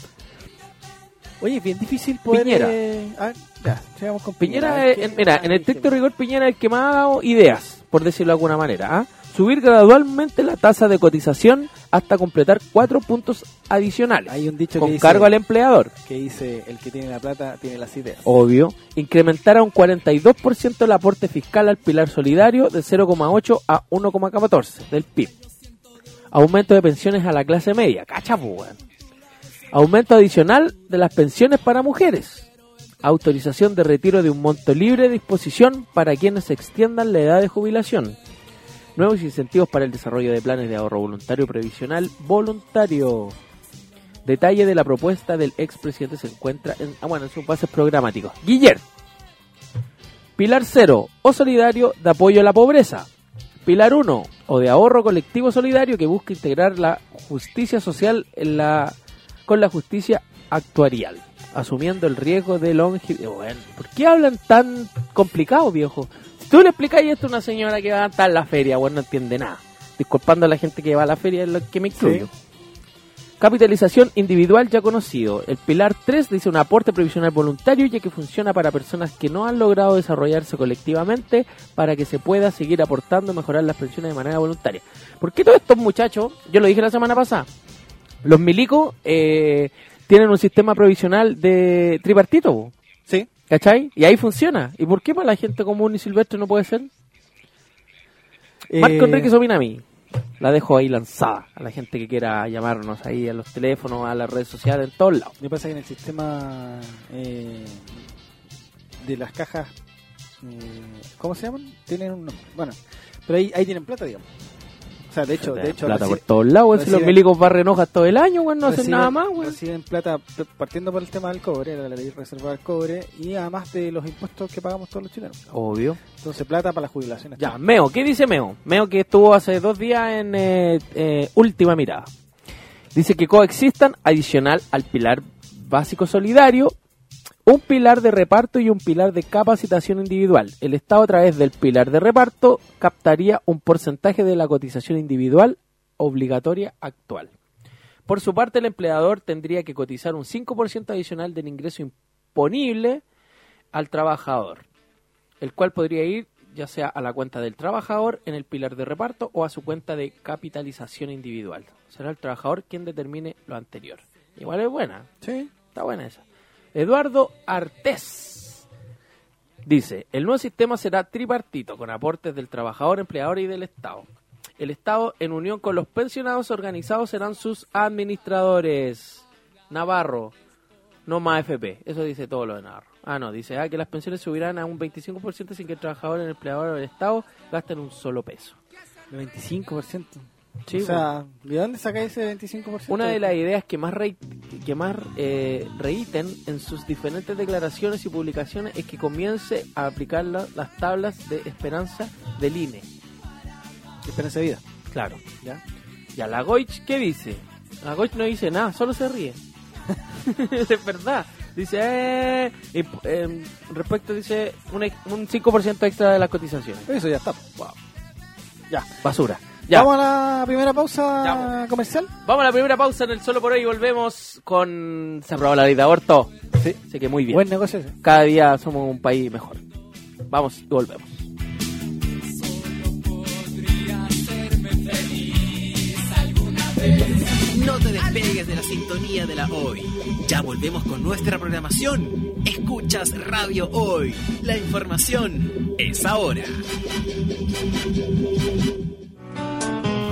Oye, es bien difícil poder.
Piñera.
eh, ah, ya, llegamos con Piñera.
Piñera,
A ver
es,
qué-
en- mira, en el
qué-
estricto rigor Piñera es el que más ha dado ideas, por decirlo de alguna manera. ¿ah? Subir gradualmente la tasa de cotización hasta completar cuatro puntos adicionales
Hay un dicho que
con
dice,
cargo al empleador.
que dice: el que tiene la plata tiene las ideas.
Obvio, incrementar a un 42% el aporte fiscal al pilar solidario de 0,8 a 1,14 del PIB. Aumento de pensiones a la clase media, cachapo, weón. Aumento adicional de las pensiones para mujeres. Autorización de retiro de un monto libre de disposición para quienes extiendan la edad de jubilación. Nuevos incentivos para el desarrollo de planes de ahorro voluntario y previsional voluntario. Detalle de la propuesta del expresidente se encuentra en, ah, bueno, en sus bases programáticos. Guiller. Pilar 0 o solidario de apoyo a la pobreza. Pilar 1 o de ahorro colectivo solidario que busca integrar la justicia social en la, con la justicia actuarial, asumiendo el riesgo de longevidad. Bueno, ¿por qué hablan tan complicado, viejo? Si tú le explicas esto a una señora que va a estar en la feria, bueno, no entiende nada. Disculpando a la gente que va a la feria, es lo que me incluyo. Capitalización individual ya conocido. El pilar 3 dice un aporte previsional voluntario ya que funciona para personas que no han logrado desarrollarse colectivamente para que se pueda seguir aportando y mejorar las pensiones de manera voluntaria. ¿Por qué todos estos muchachos, yo lo dije la semana pasada, los milicos eh, tienen un sistema provisional de tripartito, po,
Sí.
¿cachai? Y ahí funciona. ¿Y por qué para la gente común y silvestre no puede ser? Eh,
Eh.
Marco Enrique Sominami. La dejo ahí lanzada a la gente que quiera llamarnos ahí a los teléfonos, a las redes sociales, en todos lados.
Lo que pasa es que en el sistema eh, de las cajas, eh, ¿cómo se llaman? Tienen un nombre. Bueno, pero ahí, ahí tienen plata, digamos. O sea, de hecho, de hecho
plata por
reciben,
todos lados, weón, si los
reciben-
milicos barren hojas todo el año, weón, no hacen
reciben-
nada más, weón.
reciben plata p- partiendo por el tema del cobre, la ley reservada al cobre, y además de los impuestos que pagamos todos los chilenos.
Obvio.
Entonces, plata para las jubilaciones.
Ya, Meo, ¿qué dice Meo? Meo que estuvo hace dos días en eh, eh, Última Mirada. Dice que coexistan adicional al pilar básico solidario, un pilar de reparto y un pilar de capacitación individual. El Estado a través del pilar de reparto captaría un porcentaje de la cotización individual obligatoria actual. Por su parte, el empleador tendría que cotizar un 5% adicional del ingreso imponible al trabajador el cual podría ir ya sea a la cuenta del trabajador en el pilar de reparto o a su cuenta de capitalización individual. Será el trabajador quien determine lo anterior. Igual es buena.
Sí.
Está buena esa. Eduardo Artés dice, el nuevo sistema será tripartito, con aportes del trabajador, empleador y del Estado. El Estado, en unión con los pensionados organizados, serán sus administradores. Navarro, no más FP. Eso dice todo lo de Navarro. Ah, no, dice ah, que las pensiones subirán a un 25% sin que el trabajador, el empleador o el Estado gasten un solo peso.
El 25%.
Sí,
o sea, ¿de dónde sacáis ese 25%?
Una de las ideas que más, rei- que más eh, reiten en sus diferentes declaraciones y publicaciones es que comience a aplicar la- las tablas de esperanza del E. INE.
Esperanza de vida.
Claro.
¿Ya?
Y a la Goich, ¿qué dice? La Goich no dice nada, solo se ríe. es verdad. Dice, eh, y, eh, respecto dice un, ex- un 5% extra de las cotizaciones.
Eso ya está. pues.
Ya, basura. Ya.
Vamos a la primera pausa
Ya, pues. vamos.
comercial.
Vamos a la primera pausa en el solo por hoy y volvemos con... Se aprobó la ley de aborto.
Sí.
Así que muy bien. Eh,
Buen negocio ese.
cada día somos un país mejor. Vamos y volvemos.
No te despegues de la sintonía de la hoy. Ya volvemos con nuestra programación. Escuchas Radio Hoy. La información es ahora.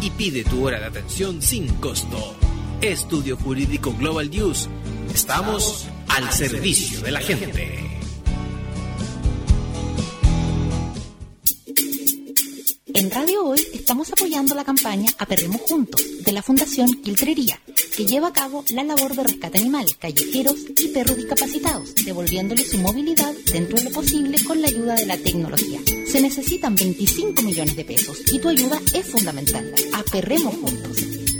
y pide tu hora de atención sin costo. Estudio Jurídico Global News. Estamos al servicio de la gente.
En Radio Hoy estamos apoyando la campaña Aperremos Juntos de la Fundación Quiltrería, que lleva a cabo la labor de rescate animal, callejeros y perros discapacitados, devolviéndoles su movilidad dentro de lo posible con la ayuda de la tecnología. Se necesitan 25 millones de pesos y tu ayuda es fundamental. Aperremos Juntos.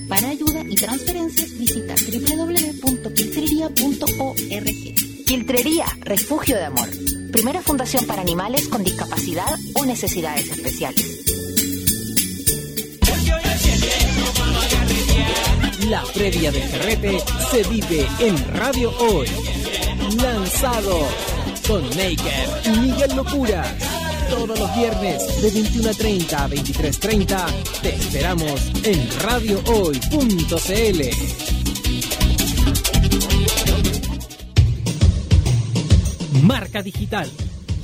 Para ayuda y transferencias visita www.quiltrería.org. Quiltrería, refugio de amor. Primera fundación para animales con discapacidad o necesidades especiales.
La previa del carrete se vive en Radio Hoy. Lanzado con Maker y Miguel Locura. Todos los viernes de 21.30 a 23.30 te esperamos en radiohoy.cl. Marca digital.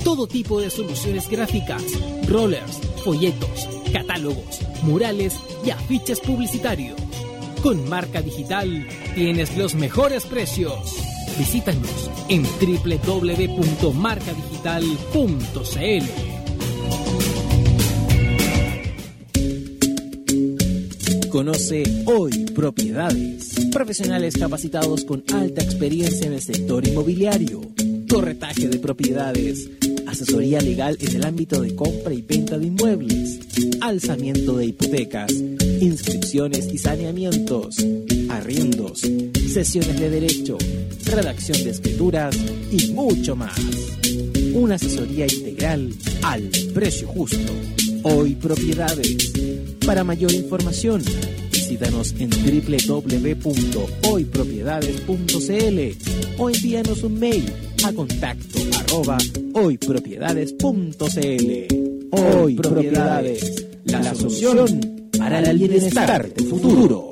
Todo tipo de soluciones gráficas, rollers, folletos, catálogos, murales y afiches publicitarios. Con Marca Digital tienes los mejores precios. Visítanos en www.marcadigital.cl. Conoce hoy propiedades. Profesionales capacitados con alta experiencia en el sector inmobiliario. Corretaje de propiedades. Asesoría legal en el ámbito de compra y venta de inmuebles. Alzamiento de hipotecas. Inscripciones y saneamientos. Arriendos. Sesiones de derecho. Redacción de escrituras. Y mucho más. Una asesoría integral al precio justo. Hoy propiedades. Para mayor información, visítanos en www.hoypropiedades.cl o envíanos un mail a contacto arroba hoypropiedades.cl. Hoy Propiedades, la solución para el bienestar de futuro.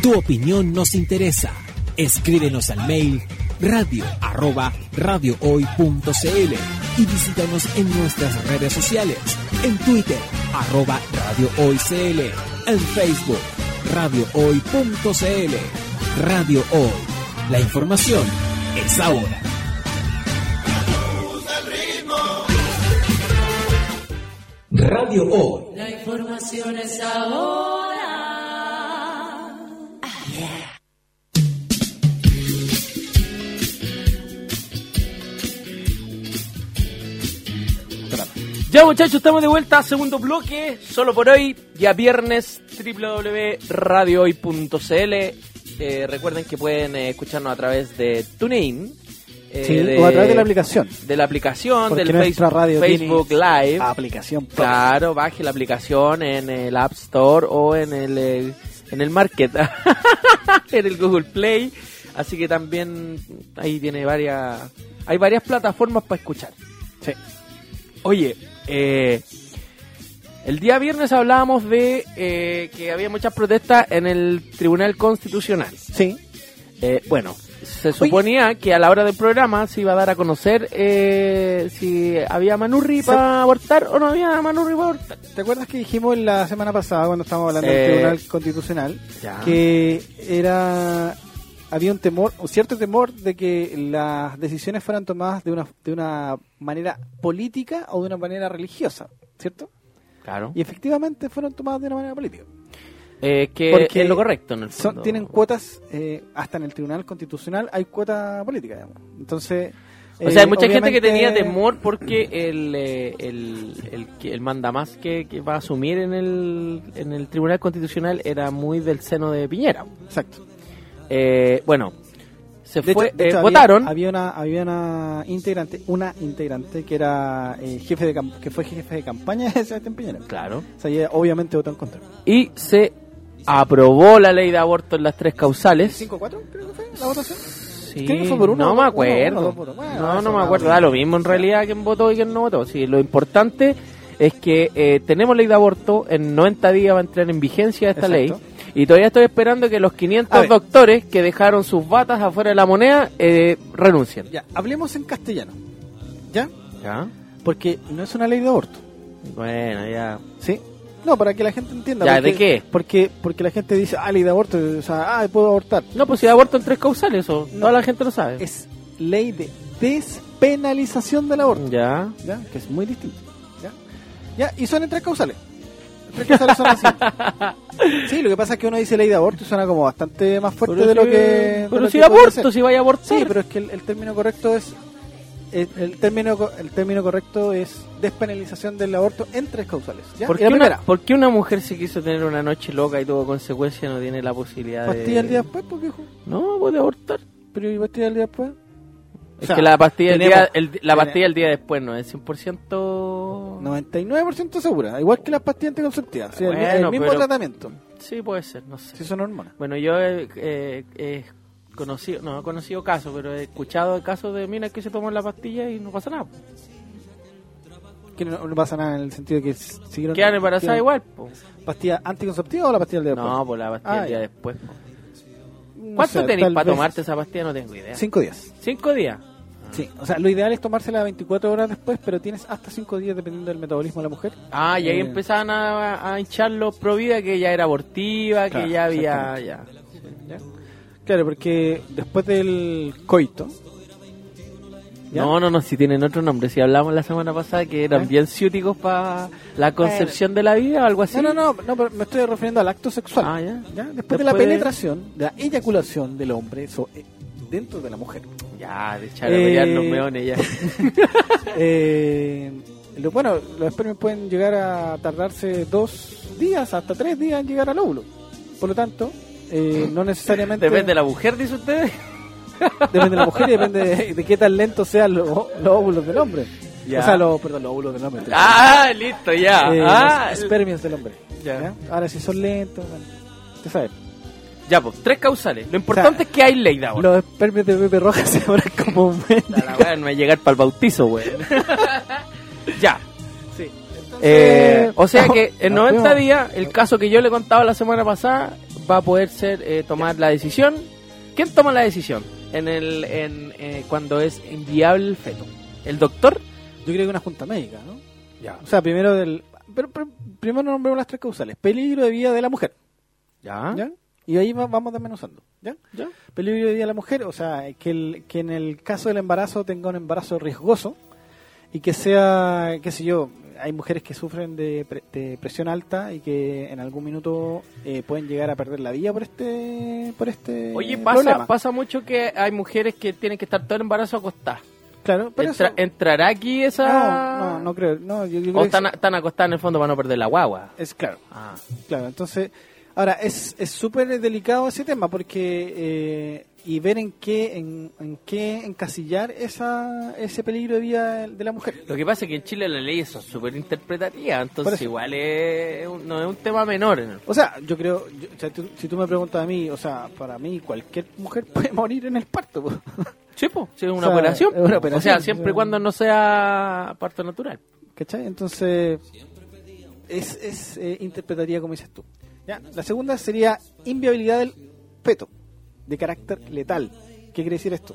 Tu opinión nos interesa. Escríbenos al mail radio arroba radiohoy.cl y visítanos en nuestras redes sociales, en Twitter arroba radiohoycl, en Facebook radiohoy.cl.
Radio Hoy. La información es ahora. Radio Hoy.
La información es ahora.
Ya muchachos, estamos de vuelta, segundo bloque, solo por hoy, ya viernes, www.radiohoy.cl. Eh, recuerden que pueden eh, escucharnos a través de TuneIn. eh,
Sí,
de-
o a través de la aplicación.
de la aplicación,
Porque
del
nuestra
Facebook,
radio
Facebook
tiene
Live.
Aplicación propia.
Claro, baje la aplicación en el App Store o en el, eh, en el Market, en el Google Play. Así que también ahí tiene varias, hay varias plataformas para escuchar.
Sí.
Oye, eh, el día viernes hablábamos de eh, que había muchas protestas en el Tribunal Constitucional.
Sí.
Eh, bueno, se suponía que a la hora del programa se iba a dar a conocer eh, si había manurri para abortar o no había manurri para abortar.
¿Te acuerdas que dijimos la semana pasada cuando estábamos hablando
Eh,
del Tribunal Constitucional
ya.
que era había un temor, un cierto temor de que las decisiones fueran tomadas de una de una manera política o de una manera religiosa, ¿cierto?
Claro.
Y efectivamente fueron tomadas de una manera política.
Eh, que
Porque
es lo correcto en el
Son-
fondo.
tienen cuotas eh, hasta en el Tribunal Constitucional hay cuota política, digamos. Entonces,
O sea,
eh,
hay mucha gente que
obviamente-
tenía temor porque el, eh, el, el, que- el mandamás que, que va a asumir en el, en el Tribunal Constitucional era muy del seno de Piñera.
Exacto.
Eh, bueno, se
De
fue,
hecho- de
eh,
hecho, había-
votaron.
Había, una, había una integrante, una integrante que era eh, jefe de camp- que fue jefe de campaña de Sebastián Piñera.
Claro.
O sea, ella obviamente votó en contra.
Y se aprobó la ley de aborto en las tres causales.
¿5-4 creo que fue la votación?
Sí,
Creo que fue por uno,
no
uno,
me
uno,
acuerdo.
dos votos. Bueno,
no,
eso
no me
da
acuerdo.
lo
Da lo mismo
mismo.
en realidad quién votó y quién no votó. Sí, lo importante es que eh, tenemos ley de aborto. En 90 días va a entrar en vigencia esta
Exacto.
ley. Y todavía estoy esperando que los 500
A ver.
doctores que dejaron sus batas afuera de la moneda eh, renuncien.
Ya, hablemos en castellano. ¿Ya?
Ya.
Porque no es una ley de aborto.
Bueno, ya.
¿Sí? No, para que la gente entienda.
Ya,
porque-
¿de qué?
Porque, porque la gente dice, ah, ley de aborto, o sea, ah, puedo abortar.
No, pues si hay aborto en tres causales, eso. Toda la gente lo sabe.
Es ley de despenalización del aborto.
Ya.
¿ya? que es muy distinto. ¿ya? ¿Ya? Y son en tres causales. En Tres causales son así. Sí, lo que pasa es que uno dice ley de aborto y suena como bastante más fuerte de lo
si-
que. de
pero
lo
si
que puede
aborto,
ser.
si vaya a abortar.
Sí, pero es que el, el término correcto es. El, el término co- el término correcto es despenalización del aborto en tres causales. ¿ya?
¿Por
Y
qué,
la
una,
primera,
por qué una mujer si quiso tener una noche loca y tuvo consecuencias no tiene la posibilidad de...
pastilla el día después, pues, porque hijo.
No, puede abortar.
Pero ¿y pastilla el día después?
Es
O sea,
que la pastilla, el día,
tenemos-
el- la
tiene-
pastilla el día después no es 100%...
99% segura, igual que las pastillas anticonceptivas. sí, el- el,
Bueno,
mismo
pero-
tratamiento,
Sí, puede ser, no sé.
si son hormonas.
Bueno, yo he eh, he conocido, no he conocido casos, pero he escuchado casos de minas que se toman la pastilla y no pasa nada.
Que no, no pasa nada en el sentido de que s- siguieron.
Quedan embarazadas igual.
siguieron-
po.
¿Pastilla anticonceptiva o la pastilla del día después?
No, pues la pastilla
Ah,
el día
ya.
después. po.
No
¿Cuánto
sé,
tenéis
tal
para
vez
tomarte esa pastilla? No tengo idea.
Cinco días.
¿Cinco días?
Sí, o sea, lo ideal es tomársela 24 horas después, pero tienes hasta cinco días dependiendo del metabolismo de la mujer.
Ah, y ahí
Eh,
empezaban a, a hinchar los pro vida que ya era abortiva,
Claro,
que ya había... Ya.
¿ya? Claro, porque después del coito. ¿ya?
No, no, no, si tienen otro nombre. Si hablamos la semana pasada que eran
¿Eh?
bien ciúticos para la concepción de la vida o algo así.
No, no, no, no, pero me estoy refiriendo al acto sexual.
Ah, ya.
¿ya? Después, de la
Después de-
penetración, de la eyaculación del hombre so- eh, dentro de la mujer.
Ya, de echar a pelear
Eh,
los meones ya.
Eh, lo, bueno, los espermios pueden llegar a tardarse dos días, hasta tres días en llegar al óvulo. Por lo tanto, eh, no necesariamente.
Depende de la mujer, dice usted.
depende de la mujer y depende de, de qué tan lento sean los, los óvulos del hombre.
Ya.
O sea, los, perdón, los óvulos del hombre.
Ah, listo, ya.
Eh,
ah,
los espermios del hombre.
Ya.
¿ya? Ahora, si son lentos, bueno, usted sabe.
ya, pues, tres causales. Lo importante
O sea,
es que hay ley de ahora.
Los espermios de Pepe Roja se abren como un
La la weá no va a llegar para el bautizo, güey. ya.
Sí.
Eh, o sea que en
Nos
90
fuimos.
días, el caso que yo le contaba la semana pasada va a poder ser eh, tomar la decisión. ¿Quién toma la decisión? En el, en, eh, cuando es inviable el feto. ¿El doctor?
Yo creo que una junta médica, ¿no?
Ya.
O sea, primero del. Pero, pero primero nombremos las tres causales. Peligro de vida de la mujer.
Ya.
¿ya? Y ahí va- vamos desmenuzando. ¿Ya?
¿Ya?
Peligro de vida a la mujer, o sea, que, el- que en el caso del embarazo tenga un embarazo riesgoso y que sea, qué sé yo, hay mujeres que sufren de, pre- de presión alta y que en algún minuto eh, pueden llegar a perder la vida por este por este
Oye, pasa,
problema.
pasa mucho que hay mujeres que tienen que estar todo el embarazo acostadas.
Claro, pero
Entra-
eso-
¿Entrará aquí esa...?
no, no, no creo. No, yo, yo creo
¿O
que
están,
es-
están acostadas en el fondo para no perder la guagua?
es claro.
Ah.
Claro, entonces, ahora, es es súper delicado ese tema porque, eh, y ver en qué, en, en qué encasillar esa, ese peligro de vida de la mujer.
Lo que pasa es que en Chile las leyes son súper interpretativas,
Por
entonces
eso.
igual es, un- no es un tema menor. en el-
O sea, yo creo, yo- o sea, tú- si tú me preguntas a mí, o sea, para mí cualquier mujer puede morir en el parto. po.
Sí, po, sí, es una
O sea,
operación.
es una
O sea,
operación,
siempre
o sea.
y cuando no sea parto natural.
¿Cachai? Entonces, es, es eh, interpretaría como dices tú. ¿Ya? La segunda sería inviabilidad del feto, de carácter letal. ¿Qué quiere decir esto?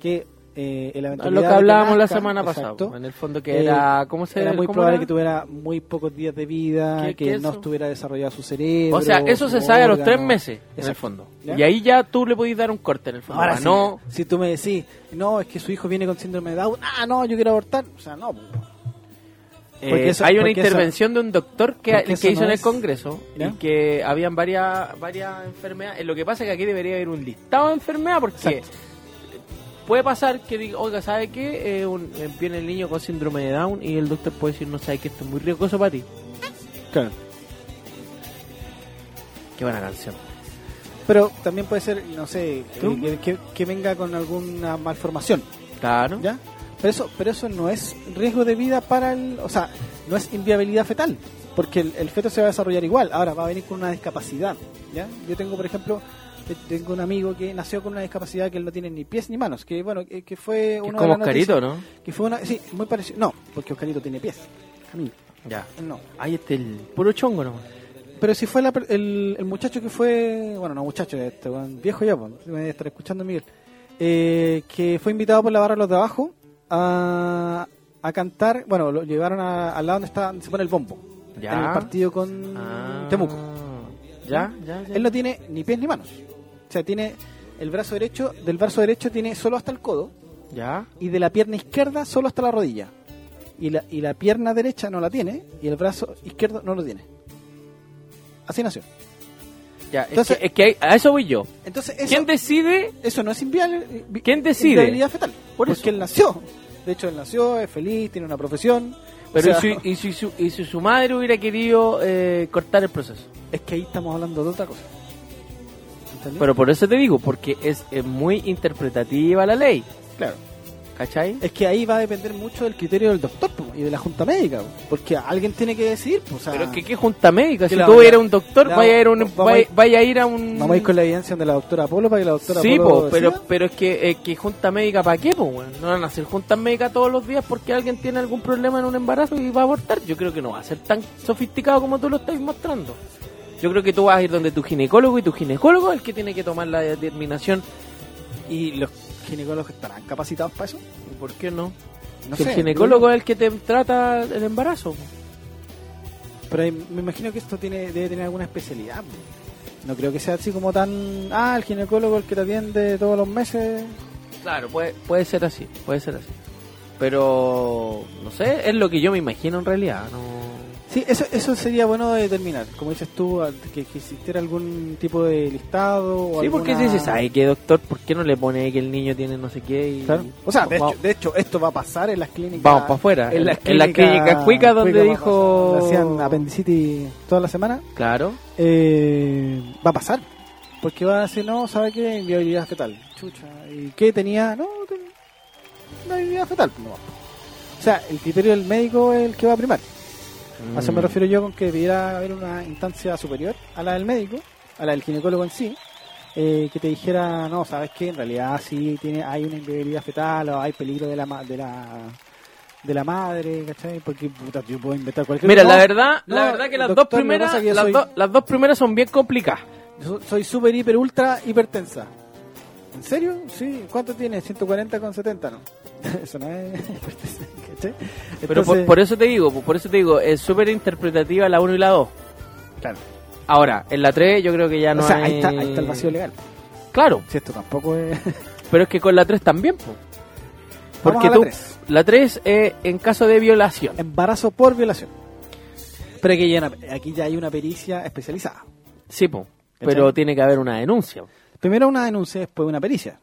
Que eh, en la eventualidad
Lo que
de
hablábamos la
nazca-
semana
exacto,
pasada, en el fondo que
eh,
era... ¿Cómo se
era muy
cómo
probable
era?
que tuviera muy pocos días de vida,
¿Qué-
que
qué
no
eso?
estuviera desarrollado su cerebro.
O sea, eso se
su
sabe a los
órgano.
tres meses, en el
Exacto.
fondo.
¿Ya?
Y ahí ya tú le podís dar un corte, en el fondo.
Ahora
Ah,
sí,
no,
si tú me decís, no, es que su hijo viene con síndrome de Down, ah, no, yo quiero abortar. O sea, no. po.
Eh,
Porque eso-
hay una
porque eso-
intervención de un doctor que,
porque
que
eso
hizo
no
en el
es-
Congreso
¿Ya?
y que habían varias varias enfermedades. Eh, Lo que pasa es que aquí debería haber un listado de enfermedades porque puede pasar que diga, oiga, ¿sabe qué? Eh, un- eh, viene el niño con síndrome de Down y el doctor puede decir, no sabe que esto es muy riesgoso para ti.
Claro.
Qué buena canción.
Pero también puede ser, no sé,
¿Tú?
eh, que, que venga con alguna malformación,
Claro.
¿ya? Pero eso, pero eso no es riesgo de vida para el, o sea, no es inviabilidad fetal, porque el, el feto se va a desarrollar igual, ahora va a venir con una discapacidad, ¿ya? Yo tengo, por ejemplo, eh, tengo un amigo que nació con una discapacidad que él no tiene ni pies ni manos, que bueno, que, que fue
Que es
uno
como
de las noticias-
Oscarito, ¿no?
que fue una, sí, muy parecido, no, porque Oscarito tiene pies, a mí,
Ya.
no.
Ahí está el puro chongo nomás.
Pero si fue la per- el, el muchacho que fue, bueno, no muchacho, este weón, viejo ya, pues, me estará escuchando Miguel, eh, que fue invitado por la barra de los de abajo a, a cantar, bueno, lo llevaron a- al lado donde está, donde se pone el bombo,
Ya.
en el partido con
Ah.
Temuco.
Ya, ya, ya.
Él no tiene ni pies ni manos, o sea, tiene el brazo derecho, del brazo derecho tiene solo hasta el codo
Ya.
y de la pierna izquierda solo hasta la rodilla. Y la, y la pierna derecha no la tiene y el brazo izquierdo no lo tiene. Así nació.
ya. Es
Entonces-
que- es que, hay- a eso voy yo.
Entonces, eso-
¿Quién decide
Eso no es inviable.
¿Quién decide?
Inviabilidad fetal.
Por
porque
eso.
él nació. De hecho, él nació, es feliz, tiene una profesión.
Pero
O sea,
y, si, y si su, y si su madre hubiera querido eh, cortar el proceso.
es que ahí estamos hablando de otra cosa. ¿Entendí?
Pero por eso te digo, porque es, eh, muy interpretativa la ley,
claro.
¿cachai?
Es que ahí va a depender mucho del criterio del doctor po, y de la junta médica. po, Porque alguien tiene que decidir. po, o sea,
Pero que qué junta médica,
Que
si
la-
tú eres un doctor,
la-
vaya a ir a un
vamos a
vaya,
ir-
vaya a ir a un
Vamos a ir con la evidencia de la doctora Polo para que la doctora
Sí,
Polo
po, pero
decida.
pero es que, eh, que junta médica para qué, po, weón? No van a hacer juntas médicas todos los días porque alguien tiene algún problema en un embarazo y va a abortar. Yo creo que no va a ser tan sofisticado como tú lo estás mostrando. Yo creo que tú vas a ir donde tu ginecólogo y tu ginecólogo es el que tiene que tomar la determinación
¿Y los ginecólogos estarán capacitados para eso?
¿Y ¿Por qué no?
No
Si
sé,
el ginecólogo
yo-
es el que te trata el embarazo.
Pero ahí me imagino que esto tiene debe tener alguna especialidad. po. No creo que sea así como tan... Ah, el ginecólogo el que te atiende todos los meses.
Claro, puede, puede ser así, puede ser así. Pero, no sé, es lo que yo me imagino en realidad. No...
Sí, eso, eso sería bueno de determinar. Como dices tú, al- que, que existiera algún tipo de listado. O
Sí, porque si
alguna-
dices, ay, qué doctor, ¿por qué no le pone ahí que el niño tiene no sé qué? Y...
Claro. O sea, de
Va-
hecho, de hecho, esto va a pasar en las clínicas.
Vamos para afuera. En, en la clínica cuica donde
va a
dijo...
pasar, donde Hacían apendicitis toda la semana.
Claro.
eh, va a pasar. Porque va a decir, no, ¿sabe qué? Inviabilidad fetal. Chucha. ¿Y qué tenía? No, tenía inviabilidad fetal. pues, No. O sea, el criterio del médico es el que va a primar. A eso me
Mm.
refiero yo con que debiera haber una instancia superior a la del médico, a la del ginecólogo en sí, eh, que te dijera, no, sabes que en realidad sí tiene, hay una inviabilidad fetal o hay peligro de la, ma- de la, de la madre, ¿cachai? Porque puta, yo puedo inventar cualquier
Mira,
No,
la verdad,
no,
la verdad que las dos
doctor, lo que
primeras,
pasa es que yo
las,
soy-
dos- las dos primeras son bien complicadas.
so- Soy súper, hiper, ultra, hipertensa. ¿En serio? Sí. ¿Cuánto tienes? 140 con 70, ¿no? eso no es hipertensa, ¿cachai?
Pero por,
Entonces-
por eso te digo, por eso te digo, es súper interpretativa la 1 y la 2.
Claro.
Ahora, en la 3 yo creo que ya no
o sea,
hay-
ahí, está, ahí está el vacío legal.
Claro,
Si esto tampoco es.
pero es que con la 3 también, po.
Vamos
Porque
a la
tú...
tres.
La 3 es en caso de violación.
Embarazo por violación. Pero aquí ya, hay una- aquí ya hay una pericia especializada.
Sí, po.
¿Cachai?
Pero tiene que haber una denuncia.
Primero una denuncia, después una pericia.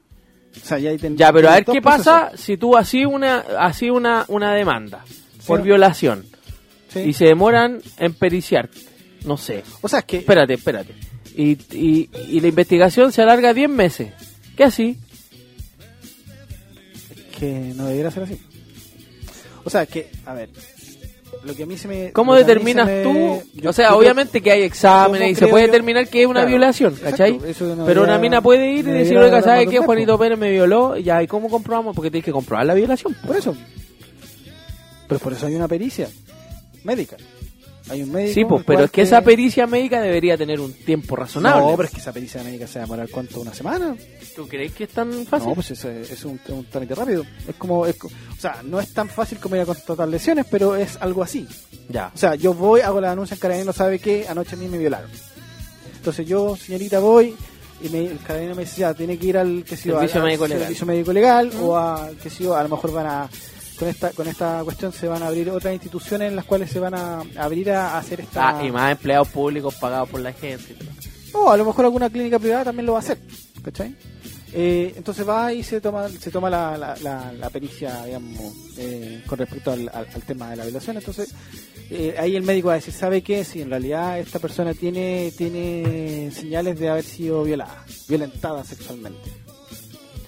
O sea, ya ahí ten-
Ya, pero a ver
dos
qué
procesos.
pasa si tú así una, así una, una demanda por
Sí.
violación
Sí.
y se demoran en periciar. No sé.
O sea, es que.
Espérate, espérate. Y, y, y la investigación se alarga 10 meses. ¿Qué así?
que no debiera ser así. O sea, que, a ver, lo que a mí se me...
¿Cómo
lo que a mí
determinas
se me-
tú?
yo-
o sea,
yo creo-
obviamente que hay exámenes
¿cómo
y se
creo
puede
yo?
determinar que es una
Claro,
violación,
exacto,
¿cachai?
eso no
Pero una
debería-
mina puede ir y
no
decir,
debería
oiga,
dar
¿sabe
más
qué?
contexto.
Juanito Pérez me violó. Ya, ¿y cómo comprobamos? Porque tienes que comprobar la violación. po.
Por eso. Pero por eso hay una pericia médica. Hay un médico...
Sí, pues,
el cual
pero es
te-
que esa pericia médica debería tener un tiempo razonable.
No, pero es que esa pericia médica se va a demorar cuánto, una semana.
¿Tú crees que es tan fácil?
No, pues eso es, es un, un trámite rápido. Es como... es co- o sea, no es tan fácil como ir a constatar lesiones, pero es algo así.
Ya.
O sea, yo voy, hago la denuncia en carabinero, ¿sabe qué? Anoche a mí me violaron. Entonces yo, señorita, voy y me, el carabinero me dice, ya, tiene que ir al que si
Servicio médico legal.
servicio médico legal o a que si a lo mejor van a con esta con esta cuestión se van a abrir otras instituciones en las cuales se van a abrir a, a hacer esta
Ah, y más empleados públicos pagados por la gente.
o a lo mejor alguna clínica privada también lo va a hacer, ¿cachai? Eh, entonces va y se toma se toma la, la, la- la pericia, digamos, eh, con respecto al, al- al tema de la violación. Entonces eh, ahí el médico va a decir, ¿sabe qué? Si en realidad esta persona tiene tiene señales de haber sido violada, violentada sexualmente.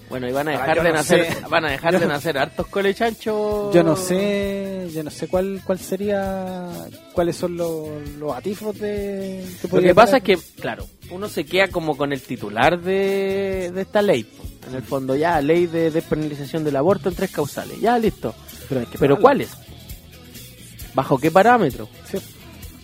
Bueno, y van a
Ah,
dejar
yo
de
no
nacer,
sé.
van a dejar
Yo
de
no-
nacer hartos colechanchos.
Yo no sé, yo no sé cuál cuál sería, cuáles son los, los atifos de.
Lo que
podría
pasa es
tener.
que, claro, uno se queda como con el titular de, de esta ley. po. En el fondo, ya, ley de despenalización del aborto en tres causales. Ya, listo.
pero, hay que
Pero
probarlo.
¿cuáles? ¿Bajo qué parámetro?
Sí.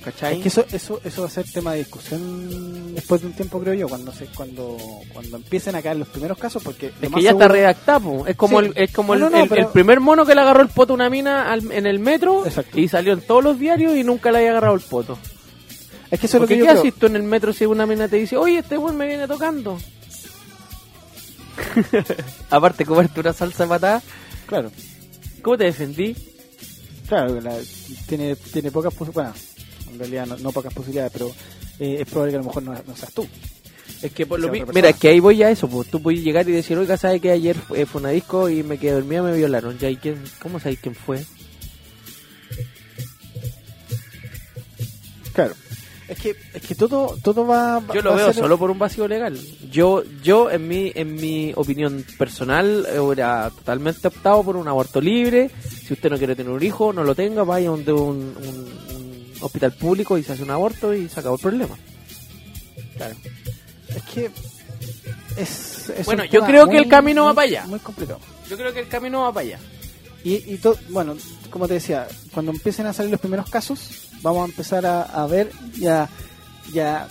¿Cachai?
Es que eso, eso, eso va a ser tema de discusión después de un tiempo, creo yo, cuando se, cuando, cuando empiecen a caer los primeros casos, porque lo
Es
más
que ya
seguro-
está redactado, po. es como
Sí. Ah,
el, es como el,
No, no, no,
el-
pero-
el primer mono que le agarró el poto a una mina al- en el metro
Exacto.
y salió en todos los diarios y nunca le había agarrado el poto.
es que eso es lo
Porque
que yo
¿qué
creo.
haces tú en el metro si una mina te dice, oye, este buen me viene tocando? Aparte, comerte una salsa patada,
Claro,
¿cómo te defendí?
claro, la- tiene, tiene pocas posibilidades, bueno, en realidad no, no pocas posibilidades, pero eh, es probable que a lo mejor no, no seas tú.
Es que por
lo
lo
mi-
Mira, es que ahí voy a eso, pues tú puedes llegar y decir, oiga, ¿sabes que ayer eh, fue una disco y me quedé dormida, me violaron? ¿Ya? ¿Y quién? ¿Cómo sabes quién fue?
Claro. Es que, es que todo, todo va, va-
Yo lo
va a
veo
ser-
solo por un vacío legal. Yo, yo en mi, en mi opinión personal, eh, hubiera totalmente optado por un aborto libre. Si usted no quiere tener un hijo, no lo tenga, vaya a un, de un- un- un hospital público y se hace un aborto y se acabó el problema.
Claro. Es que es, es
Bueno,
un
yo
tema
creo que
muy-
el camino va
muy-
para allá.
Muy complicado.
Yo creo que el camino va para allá.
Y, y to- bueno, como te decía, cuando empiecen a salir los primeros casos, vamos a empezar a, a ver ya ya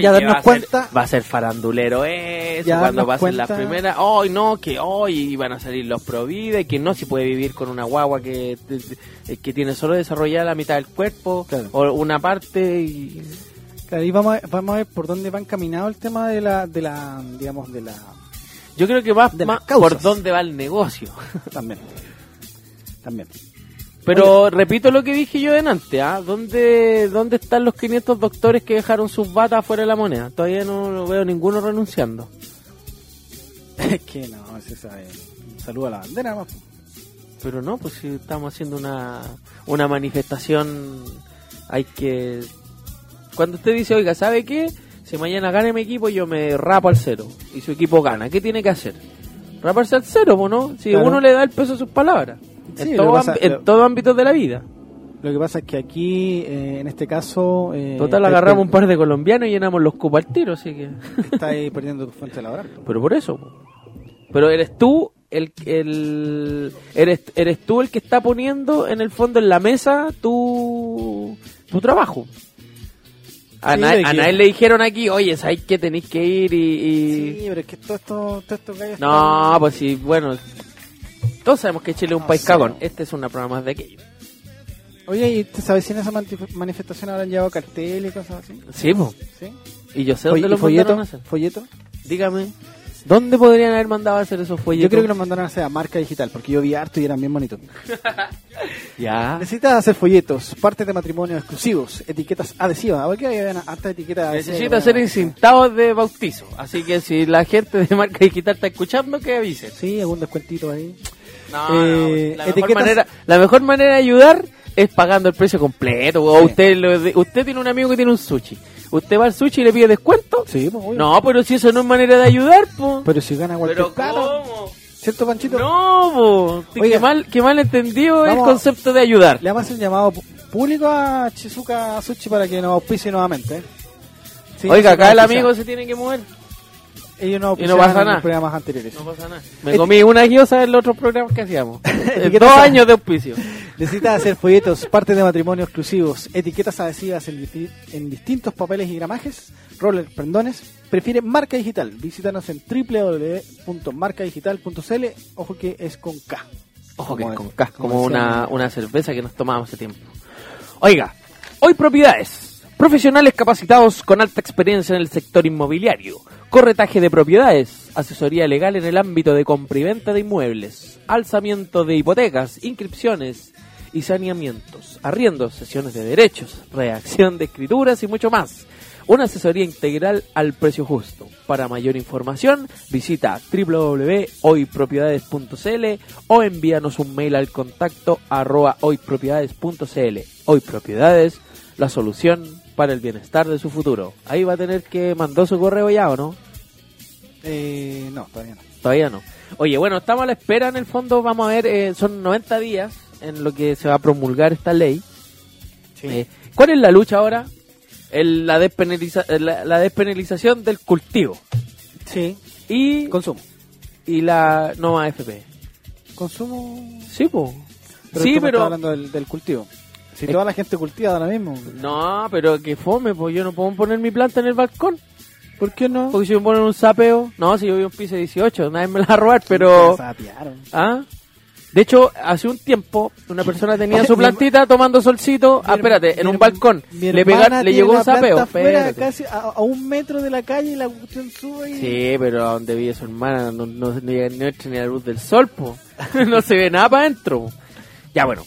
Ya darnos cuenta-
va a ser farandulero eso,
Ya
cuando
darnos
pasen las
cuenta-
primeras. Hoy no, que hoy van a salir los provida y que no se puede vivir con una guagua que, eh, que tiene solo desarrollada la mitad del cuerpo
Claro.
o una parte y
claro, y vamos a, vamos a ver por dónde va encaminado el tema de la de la digamos de la
Yo creo que va
De
más
las causas.
por dónde va el negocio.
también. También.
Pero repito lo que dije yo delante, ¿ah? ¿Dónde, ¿Dónde están los 500 doctores que dejaron sus batas fuera de la moneda? Todavía no, no veo ninguno renunciando.
Es que no, se sabe. Saluda a la bandera más.
Pero no, pues si estamos haciendo una, una manifestación, hay que... Cuando usted dice, oiga, ¿sabe qué? Si mañana gana mi equipo, yo me rapo al cero. Y su equipo gana. ¿Qué tiene que hacer? Raparse al cero, ¿po ¿no? Si
Claro.
uno le da el peso a sus palabras.
Sí,
en
lo
todo,
que pasa-
ámbi- en
lo-
todo ámbito de la vida.
Lo que pasa es que aquí eh, en este caso eh,
Total,
estáis
agarramos un
per-
par de colombianos y llenamos los cupos al tiro, así que...
estáis perdiendo tu fuente laboral.
Pero por eso. po. Pero eres tú el, el eres, eres tú el que está poniendo en el fondo en la mesa tu, tu trabajo. A,
Sí,
na-
de
a
que-
nadie le dijeron aquí, oye, ¿sabes que tenéis que ir y...? y-".
Sí, pero es que todo esto todo esto que hay es-
no, pues sí, bueno. Todos sabemos que Chile es un
No
país
sé.
cagón. Este es una programa más de aquello.
Oye, ¿y te sabes si en esa manif- manifestación habrán llevado carteles y cosas así?
Sí, po.
¿Sí?
Y yo sé
Oye,
dónde
¿y
los
folleto?
mandaron a hacer.
¿Folleto?
Dígame, ¿dónde podrían haber mandado a hacer esos folletos?
Yo creo que los mandaron a hacer a marca digital, porque yo vi harto y eran bien bonitos.
Ya.
Necesitas hacer folletos, partes de matrimonio exclusivos, etiquetas adhesivas. ¿Por qué habían hartas etiquetas adhesivas?
Necesita ser incintados de bautizo. Así que si la gente de marca digital está escuchando, que avisen.
Sí, algún descuentito ahí.
No,
Eh,
no, la, mejor
etiquetas-
manera, la mejor manera de ayudar es pagando el precio completo. O
Sí.
usted, lo de- usted tiene un amigo que tiene un sushi. Usted va al sushi y le pide descuento.
Sí, pues, obvio.
No, pero si eso no es manera de ayudar, po.
Pero si gana cualquier
Pero
plata.
¿cómo?
¿Cierto, Panchito?
No, po.
Oiga.
Qué mal, qué mal entendido el
Vamos.
concepto de ayudar.
Le vamos a hacer un llamado pu- público a Chizuka Sushi para que nos auspicie nuevamente. ¿eh? Sí,
Oiga,
sí,
acá el
nos auspiciaron.
amigo se tiene que mover.
Ellos nos
y no pasa
auspiciaron en
nada.
los programas anteriores.
No pasa nada. Me comí una guiosa en los otros programas que hacíamos. Eh,
qué
Dos
pasa?
años de auspicio.
Necesitas hacer folletos, partes de matrimonio exclusivos, etiquetas adhesivas en, disti- en distintos papeles y gramajes, roller, pendones. Prefiere marca digital. Visítanos en www.marcadigital.cl. Ojo que es con K.
Ojo que
Como
con
es-
K, como
decía
una,
mi-
una cerveza que nos tomábamos hace tiempo. Oiga, hoy propiedades. Profesionales capacitados con alta experiencia en el sector inmobiliario. Corretaje de propiedades. Asesoría legal en el ámbito de compra y venta de inmuebles. Alzamiento de hipotecas, inscripciones y saneamientos. Arriendos, sesiones de derechos, reacción de escrituras y mucho más. Una asesoría integral al precio justo. Para mayor información, visita www.hoypropiedades.cl o envíanos un mail al contacto arroba hoypropiedades.cl. Hoy Propiedades, la solución para el bienestar de su futuro. Ahí va a tener que mandar su correo ya o no?
Eh, no, todavía no.
Todavía no. Oye, bueno, estamos a la espera en el fondo, vamos a ver, eh, son 90 días en lo que se va a promulgar esta ley. Eh, ¿Cuál es la lucha ahora? El- la, despenaliza- eh, la, la despenalización del cultivo
Sí.
y,
Consumo.
y la no AFP.
Consumo.
Sí, po. sí,
Pero tú me estás
pero...
hablando del, del cultivo. Si
Eh.
toda la gente cultiva ahora mismo.
No, pero que fome, pues yo no puedo poner mi planta en el balcón.
¿Por qué no?
Porque si me ponen un sapeo... No, si yo vivo en piso 18, nadie me la va a robar, pero...
Sapearon.
¿Ah? De hecho, hace un tiempo una persona tenía
Oye,
su
mi herma-
plantita tomando solcito, ah,
Mi herma-
espérate, en
mi
un
herma-
balcón,
mi
le,
hermana
pega- le
tiene
llegó
la
un sapeo.
planta afuera,
espérate.
casi a, a un metro de la calle y la cuestión sube y...
Sí, pero a donde vive su hermana no, no, no llega ni entra ni la luz del sol, po. no se ve nada para adentro. po. Ya bueno,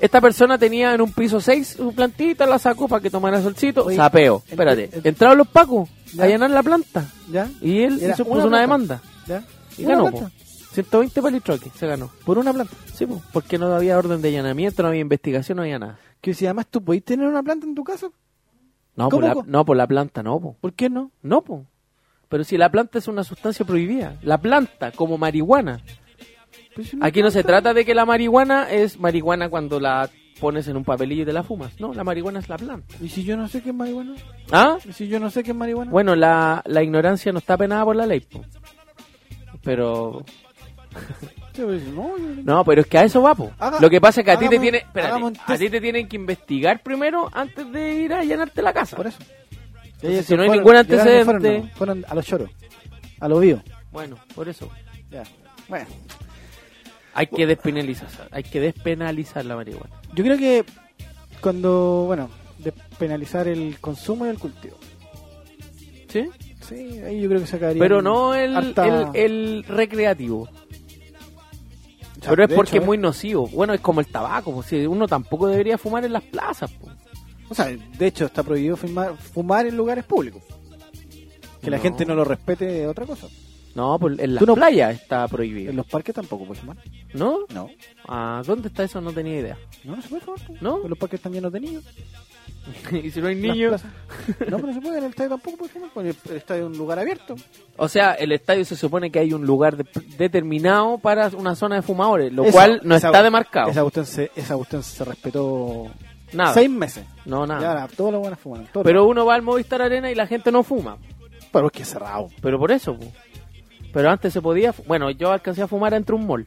esta persona tenía en un piso 6 su plantita, la sacó para que tomara solcito,
Oye,
sapeo,
ent-
espérate.
ent-
Entraron los pacos
Ya.
a llenar la planta
¿Ya?
y él
Era
hizo,
una
puso una,
planta.
demanda
¿Ya?
y
Una
ganó.
planta.
po. 120 palitroques se ganó.
Por una planta.
Sí, po, porque no había orden de allanamiento, no había investigación, no había nada.
Que si además tú podés tener una planta en tu casa,
No,
¿Cómo,
por la,
cómo?
no, por la planta no, po.
¿por qué no?
No, po. Pero si la planta es una sustancia prohibida, la planta como marihuana.
Pues una
Aquí no se
planta.
trata de que la marihuana es marihuana cuando la pones en un papelillo y te la fumas. No, la marihuana es la planta.
¿Y si yo no sé qué es marihuana?
¿Ah?
¿Y si yo no sé qué es marihuana?
Bueno, la, la ignorancia no está penada por la ley, po. Pero...
Sí, pues, no, yo-
No, pero es que a eso va, po.
Haga-
Lo que pasa es que a ti te
hagamos-
tiene... espérate,
hagamos un
a
test.
ti te tienen que investigar primero antes de ir a llenarte la casa.
Por eso.
si no hay
se fueron,
ningún
llegaron y fueron,
antecedente-
no, fueron a los choros, a los vivos.
Bueno, por eso.
Ya. Bueno.
Hay que despenalizar, hay que despenalizar la marihuana.
Yo creo que cuando, bueno, de penalizar el consumo y el cultivo.
¿Sí?
Sí, ahí yo creo que se acabaría.
Pero no el,
harta-
el, el recreativo.
O sea,
Pero es
de
porque
hecho, ¿eh?
es muy nocivo. Bueno, es como el tabaco. po, si uno tampoco debería fumar en las plazas. pues. po.
O sea, de hecho está prohibido fumar, fumar en lugares públicos. Que la
No.
gente no lo respete es otra cosa.
No, por- en las
Tú no-
playas está prohibido.
En los parques tampoco puedes fumar.
¿No?
No.
Ah, ¿Dónde está eso? No tenía idea.
No, no se puede fumar. pues.
¿No?
Pues Los parques están llenos de niños.
y si no hay
las
niños.
plazas. No, pero no se puede. En el estadio tampoco puedes fumar. Porque el estadio es un lugar abierto.
O sea, el estadio se supone que hay un lugar de- determinado para una zona de fumadores, lo
Esa-
cual no
esa-
está demarcado.
Esa cuestión se, esa cuestión se respetó
nada.
seis meses.
No, nada.
Y ahora todos los buenos fuman. todos
Pero uno va al Movistar Arena y la gente no fuma.
los- Pero es que es cerrado.
Pero por eso, po. Pero antes se podía. fu- Bueno, yo alcancé a fumar entre un mall.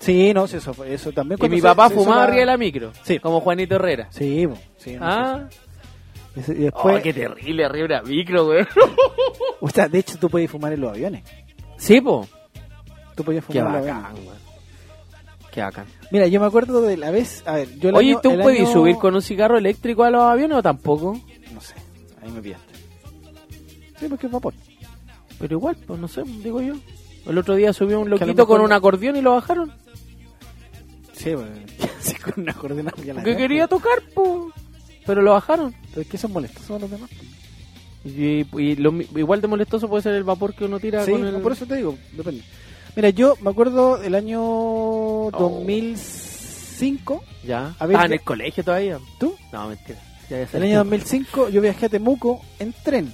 Sí, no, sí, eso, fue- eso también.
Y
cuando
mi
se-
papá
se hizo
fumaba
la-
arriba de la micro.
Sí.
Como Juanito Herrera.
Sí, po, sí. no,
Ah,
sí, sí. Y
oh,
después,
qué terrible arriba de la micro, güey.
o sea, de hecho tú podías fumar en los aviones.
sí, po.
Tú podías
Qué
fumar en los aviones.
bacán, güey. Qué Qué bacán.
Mira, yo me acuerdo de la vez. A ver, yo el
Oye,
año-
¿tú
el
puedes
año-
subir con un cigarro eléctrico a los aviones o tampoco?
No sé, ahí me pillaste. Sí, porque es vapor.
Pero igual, pues no sé, digo yo. El otro día subió un
Que a lo
loquito con
mejor-
un acordeón y lo bajaron.
Sí, bueno, sí, con una coordenada ya la
Porque
dejaste.
quería tocar, po. Pero lo bajaron.
Pero es que son molestos a los demás.
Y, y lo mi- igual de molestoso puede ser el vapor que uno tira
Sí,
con el...
por eso te digo, depende. Mira, yo me acuerdo del año
Oh.
2005.
Ya.
A ver,
Estaba en
yo-
el colegio todavía.
¿Tú?
No, mentira. Ya, ya
El
salí.
año 2005 yo viajé a Temuco en tren.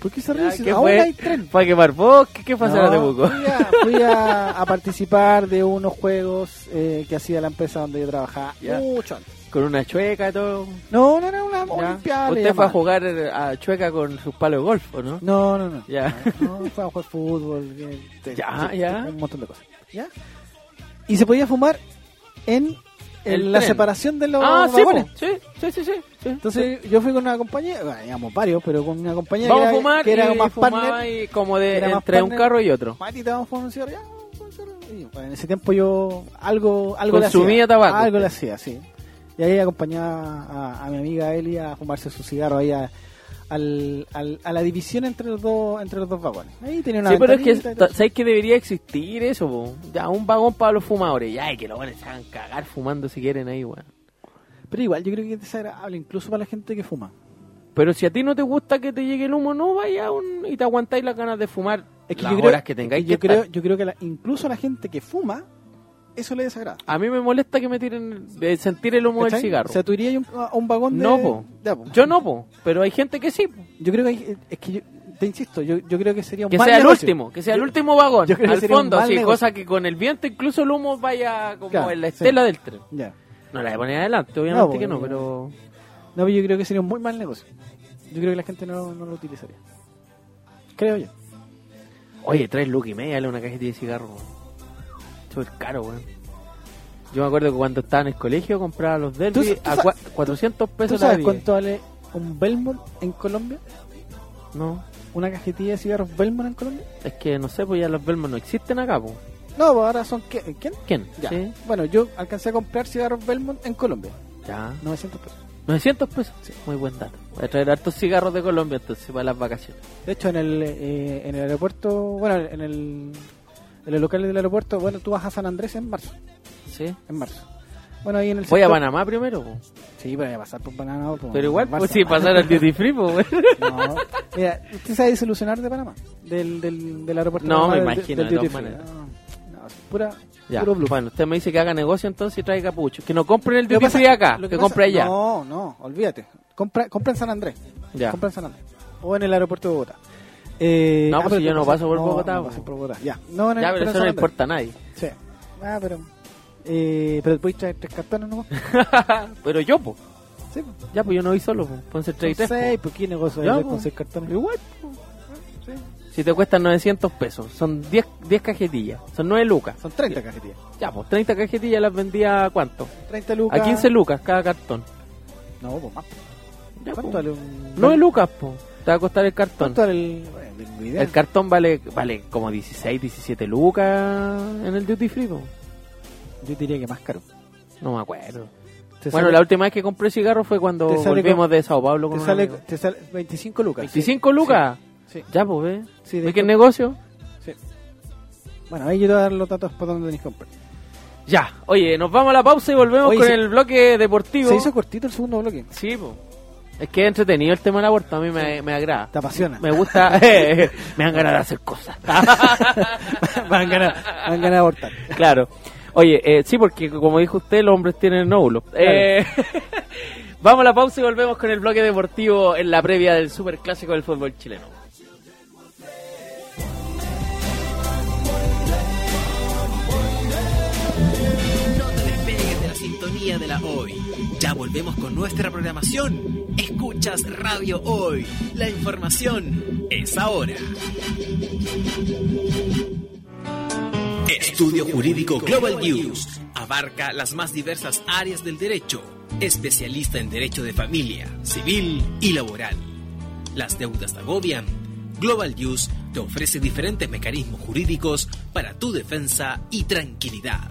¿Por qué se ríe?
Ah,
Si
¿qué
Aún
fue?
hay tren.
Para quemar bosque, ¿qué pasa en
No,
Temuco?
Fui, a, fui a- a participar de unos juegos eh, que hacía la empresa donde yo trabajaba
Ya.
mucho antes.
Con una chueca y todo.
No, no era una
Ya.
olimpiada. le
Usted fue a
llamaban.
jugar eh, a chueca con sus palos de golf, ¿o no?
No, no, no.
Ya.
No, fue a jugar fútbol. eh, te-
Ya,
te-
ya.
Un montón de cosas. ¿Ya? Y se podía fumar en, en
El
la
tren.
separación de los
ah, sí,
vagones.
po. sí, sí, sí, sí, sí.
Entonces yo fui con una compañía, bueno, íbamos varios, pero con una compañía
Vamos
que
a
era,
fumar
que era
y
más
fumaba
partner.
y como de
era más
Eh, entre un
partner.
carro y otro.
Mati, te vamos a fumar un cigarro. Ya, vamos a fumar un cigarro. Y, bueno, en ese tiempo yo algo, algo le hacía.
Consumía tabaco.
Algo le hacía, sí. Y ahí acompañaba a, a mi amiga Eli a fumarse su cigarro ahí a, al, al- a la división entre los dos entre los dos vagones. Ahí tenía una
Sí, pero es que,
ventanita y todo.
¿sabes que debería existir eso? po? Ya, un vagón para los fumadores. Ya, y que los buenos se hagan cagar fumando si quieren ahí, weón.
Pero igual, yo creo que es desagradable incluso para la gente que fuma.
Pero si a ti no te gusta que te llegue el humo, no vaya a un- y te aguantáis las ganas de fumar
Es que
las
yo creo,
horas que tengáis
yo
que
creo,
estar.
yo creo que la- incluso a la gente que fuma, eso le desagrada.
A mí me molesta que me tiren, de sentir el humo
¿Cachai?
del cigarro.
O sea, tú irías a un- a un vagón de...
No, po.
Ya, po.
Yo no, po, pero hay gente que sí, po.
Yo creo que hay- es que yo, te insisto, yo, yo creo que sería un
que
mal
sea el
negocio.
último, que sea el
Yo-
último vagón,
yo creo que
al
sería un
fondo,
mal
así,
negocio.
cosa que con el viento incluso el humo vaya como
Claro,
en la
sí.
estela del tren.
Ya.
No la voy a poner adelante, obviamente
No,
que no,
porque-
pero...
No, pero yo creo que sería un muy mal negocio. Yo creo que la gente no, no lo utilizaría. Creo yo.
Oye, tres lucas y media dale una cajita de cigarro. Eso es caro, weón. Yo me acuerdo que cuando estaba en el colegio compraba los
Tú-
Delphi
tú
a
sa-
cua- 400
¿Tú
pesos la
sabes
bebida.
cuánto vale un Belmont en Colombia?
No,
¿Una cajetilla de cigarros Belmont en Colombia?
es que no sé, pues ya los Belmont no existen acá, po.
No, pues ahora son... ¿qué- ¿Quién?
¿Quién?
Ya.
¿Sí?
Bueno, yo alcancé a comprar cigarros Belmont en Colombia.
Ya.
900 pesos.
900 pesos. Muy buen dato. Voy a traer hartos cigarros de Colombia entonces para las vacaciones.
De hecho, en el, eh, en el aeropuerto... Bueno, en el... En los locales del aeropuerto, bueno, tú vas a San Andrés en marzo.
¿Sí?
En marzo. Bueno, ahí en el
Voy a
sector-
Panamá primero, pues. po.
Sí, pero voy a pasar por Panamá. por-
Pero igual,
por
pues
Barça.
si pasara el duty free, po,
pues,
weón.
No. Mira, ¿usted sabe desilusionar de Panamá? Del, del, del aeropuerto
No,
de
me
Panamá, del-
imagino,
del
de
duty
todas
free.
maneras.
No, no, es pura,
Ya.
puro blue.
Bueno, usted me dice que haga negocio entonces y traiga pucho. Que no compren el
Lo que
duty
pasa-
free acá,
lo
que,
pasa-
compre allá.
No, no, olvídate. Compra, compra en San Andrés.
Ya.
Compra en San Andrés. O en el aeropuerto de Bogotá. Eh,
No, pues
pero
si yo
tú
no
pasas-
paso por
no,
Bogotá,
no
pues.
pasas por Bogotá. Ya, no, en el-
Ya,
pero en
pero eso
San
no
Andrés.
importa a nadie.
Sí. Ah, pero... Eh, pero podéis traer tres cartones, ¿no?
Pero yo, po.
Sí,
Ya, pues yo no voy solo, po. Entonces trae tres, po.
Seis, pues qué negocio
Ya,
hay
po.
con seis cartones.
Igual, pues. po. pues. Si te cuestan 900 pesos, son 10, 10 cajetillas, son 9 lucas.
Son 30 cajetillas.
Ya, pues 30 cajetillas las vendía a cuánto?
30 lucas.
A 15 lucas cada cartón.
No, pues más.
Ya,
¿Cuánto
po.
vale un.?
9 lucas, po. Te va a costar el cartón.
¿Cuánto vale el.? bueno, tengo idea.
El cartón vale vale como 16, 17 lucas en el duty free, po.
Yo diría que más caro.
No me acuerdo.
Te
Bueno,
sale-
la última vez que compré cigarro fue cuando
Te sale
volvimos de Sao Paulo con
te
un
sale,
amigo.
te sale 25 lucas.
25
Sí,
lucas.
Sí.
Ya, pues, ¿ves?
sí, de
¿Ves qué
hecho-
negocio?
Bueno, ahí yo te voy a dar los datos por donde tenéis que comprar.
Ya, oye, nos vamos a la pausa y volvemos
Oye,
con
se-
el bloque deportivo.
Se hizo cortito el segundo bloque.
Sí, po. es que es entretenido el tema del aborto, a mí me, me agrada.
Te apasiona.
Me gusta, me dan ganas de hacer cosas.
van a ganar, van a ganar abortar.
claro. Oye, eh, sí, porque como dijo usted, los hombres tienen óvulos. Eh, vamos a la pausa y volvemos con el bloque deportivo en la previa del Superclásico del fútbol chileno.
No te despegues de la sintonía de la hoy. Ya volvemos con nuestra programación. Escuchas Radio Hoy. La información es ahora. Estudio Jurídico Global News abarca las más diversas áreas del derecho. Especialista en derecho de familia, civil y laboral. Las deudas te agobian. Global News te ofrece diferentes mecanismos jurídicos para tu defensa y tranquilidad.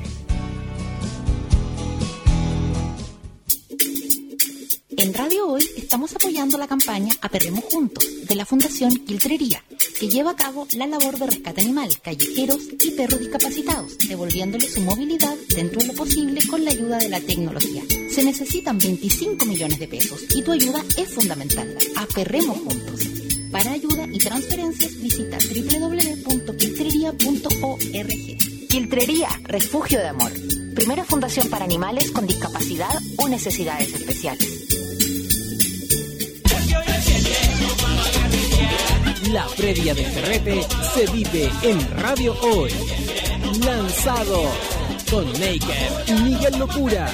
En Radio Hoy estamos apoyando la campaña Aperremos Juntos de la Fundación Quiltrería, que lleva a cabo la labor de rescate animal, callejeros y perros discapacitados, devolviéndole su movilidad dentro de lo posible con la ayuda de la tecnología. Se necesitan 25 millones de pesos y tu ayuda es fundamental. Aperremos Juntos. Para ayuda y transferencias visita www.quiltrería.org. Quiltrería, refugio de amor. Primera fundación para animales con discapacidad o necesidades especiales.
La previa del ferrete se vive en Radio Hoy. Lanzado con Naked y Miguel Locura.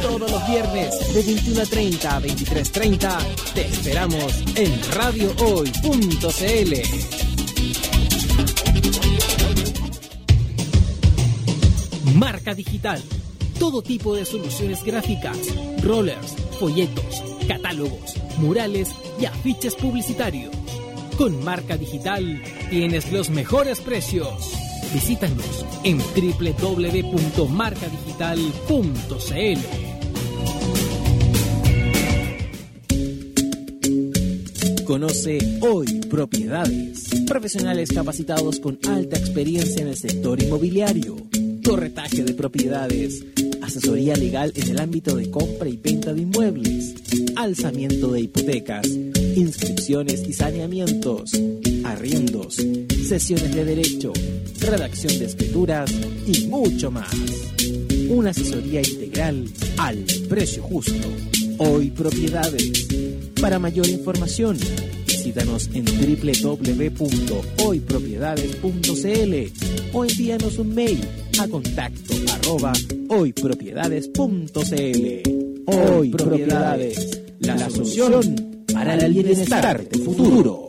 Todos los viernes de 21.30 a 23.30 te esperamos en radiohoy.cl. Marca digital. Todo tipo de soluciones gráficas, rollers, folletos, catálogos, murales y afiches publicitarios. Con Marca Digital tienes los mejores precios. Visítanos en www.marcadigital.cl. Conoce hoy propiedades. Profesionales capacitados con alta experiencia en el sector inmobiliario. Corretaje de propiedades. Asesoría legal en el ámbito de compra y venta de inmuebles. Alzamiento de hipotecas. Inscripciones y saneamientos. Arriendos. Sesiones de derecho. Redacción de escrituras. Y mucho más. Una asesoría integral al precio justo. Hoy propiedades. Para mayor información, visítanos en www.hoypropiedades.cl o envíanos un mail a contacto arroba hoypropiedades.cl. Hoy Propiedades, la solución para el bienestar del futuro.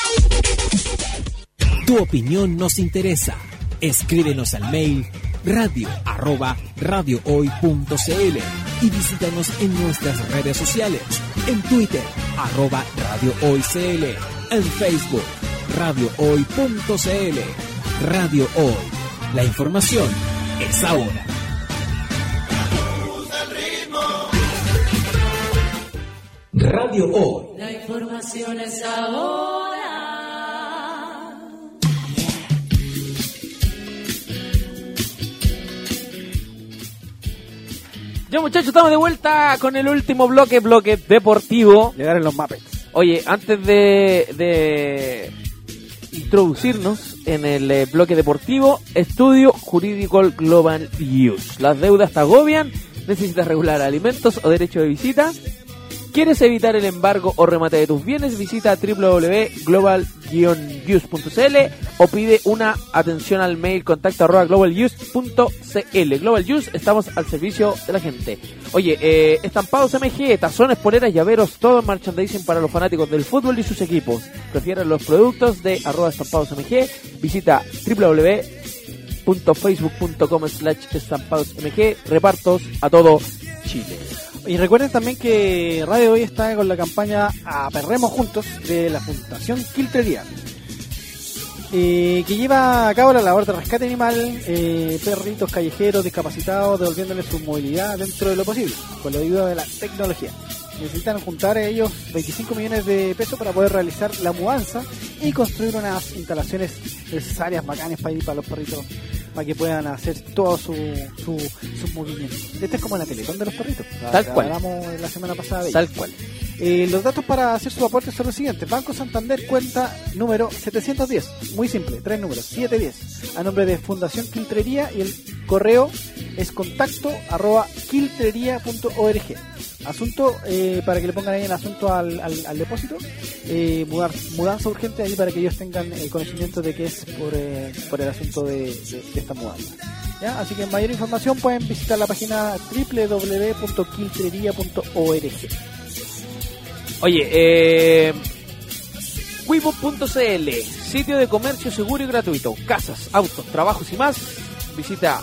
Tu opinión nos interesa. Escríbenos al mail radio arroba radiohoy.cl y visítanos en nuestras redes sociales, en Twitter arroba radiohoycl, en Facebook radiohoy.cl. Radio Hoy. La información es ahora. Radio Hoy.
La información es ahora.
Ya muchachos, estamos de vuelta con el último bloque, bloque deportivo.
Llegaron los Muppets.
Oye, antes de, de introducirnos en el eh, bloque deportivo, estudio jurídico Global News. Las deudas te agobian, necesitas regular alimentos o derecho de visita. ¿Quieres evitar el embargo o remate de tus bienes? Visita www.global-news.cl o pide una atención al mail contacto arroba globalnews.cl. Global News, estamos al servicio de la gente. Oye, eh, estampados MG, tazones, poleras, llaveros, todo en merchandising para los fanáticos del fútbol y sus equipos. Prefieren los productos de arroba estampados MG. Visita www.facebook.com slash estampados MG. Repartos a todo Chile.
Y recuerden también que Radio Hoy está con la campaña Aperremos Juntos de la Fundación Quiltrería, eh, que lleva a cabo la labor de rescate animal, eh, perritos callejeros discapacitados, devolviéndoles su movilidad dentro de lo posible, con la ayuda de la tecnología. Necesitan juntar ellos 25 millones de pesos para poder realizar la mudanza y construir unas instalaciones necesarias, bacanes para ir para los perritos para que puedan hacer todos sus su, sus movimientos. Este es como la Teletón de los perritos. la
Tal
que
cual.
Hablamos la semana pasada. de ella.
Tal cual.
Eh, los datos para hacer su aporte son los siguientes. Banco Santander cuenta número 710. Muy simple, tres números, 710. A nombre de Fundación Quiltrería y el correo es contacto arroba quiltrería.org. Asunto, eh, para que le pongan ahí el asunto al, al- al depósito, eh, mudar- mudanza urgente ahí para que ellos tengan el conocimiento de que es por, eh, por el asunto de, de- de esta mudanza. ¿Ya? Así que mayor información pueden visitar la página www.quiltrería.org.
Oye, eh, Wipo.cl, sitio de comercio seguro y gratuito. Casas, autos, trabajos y más. Visita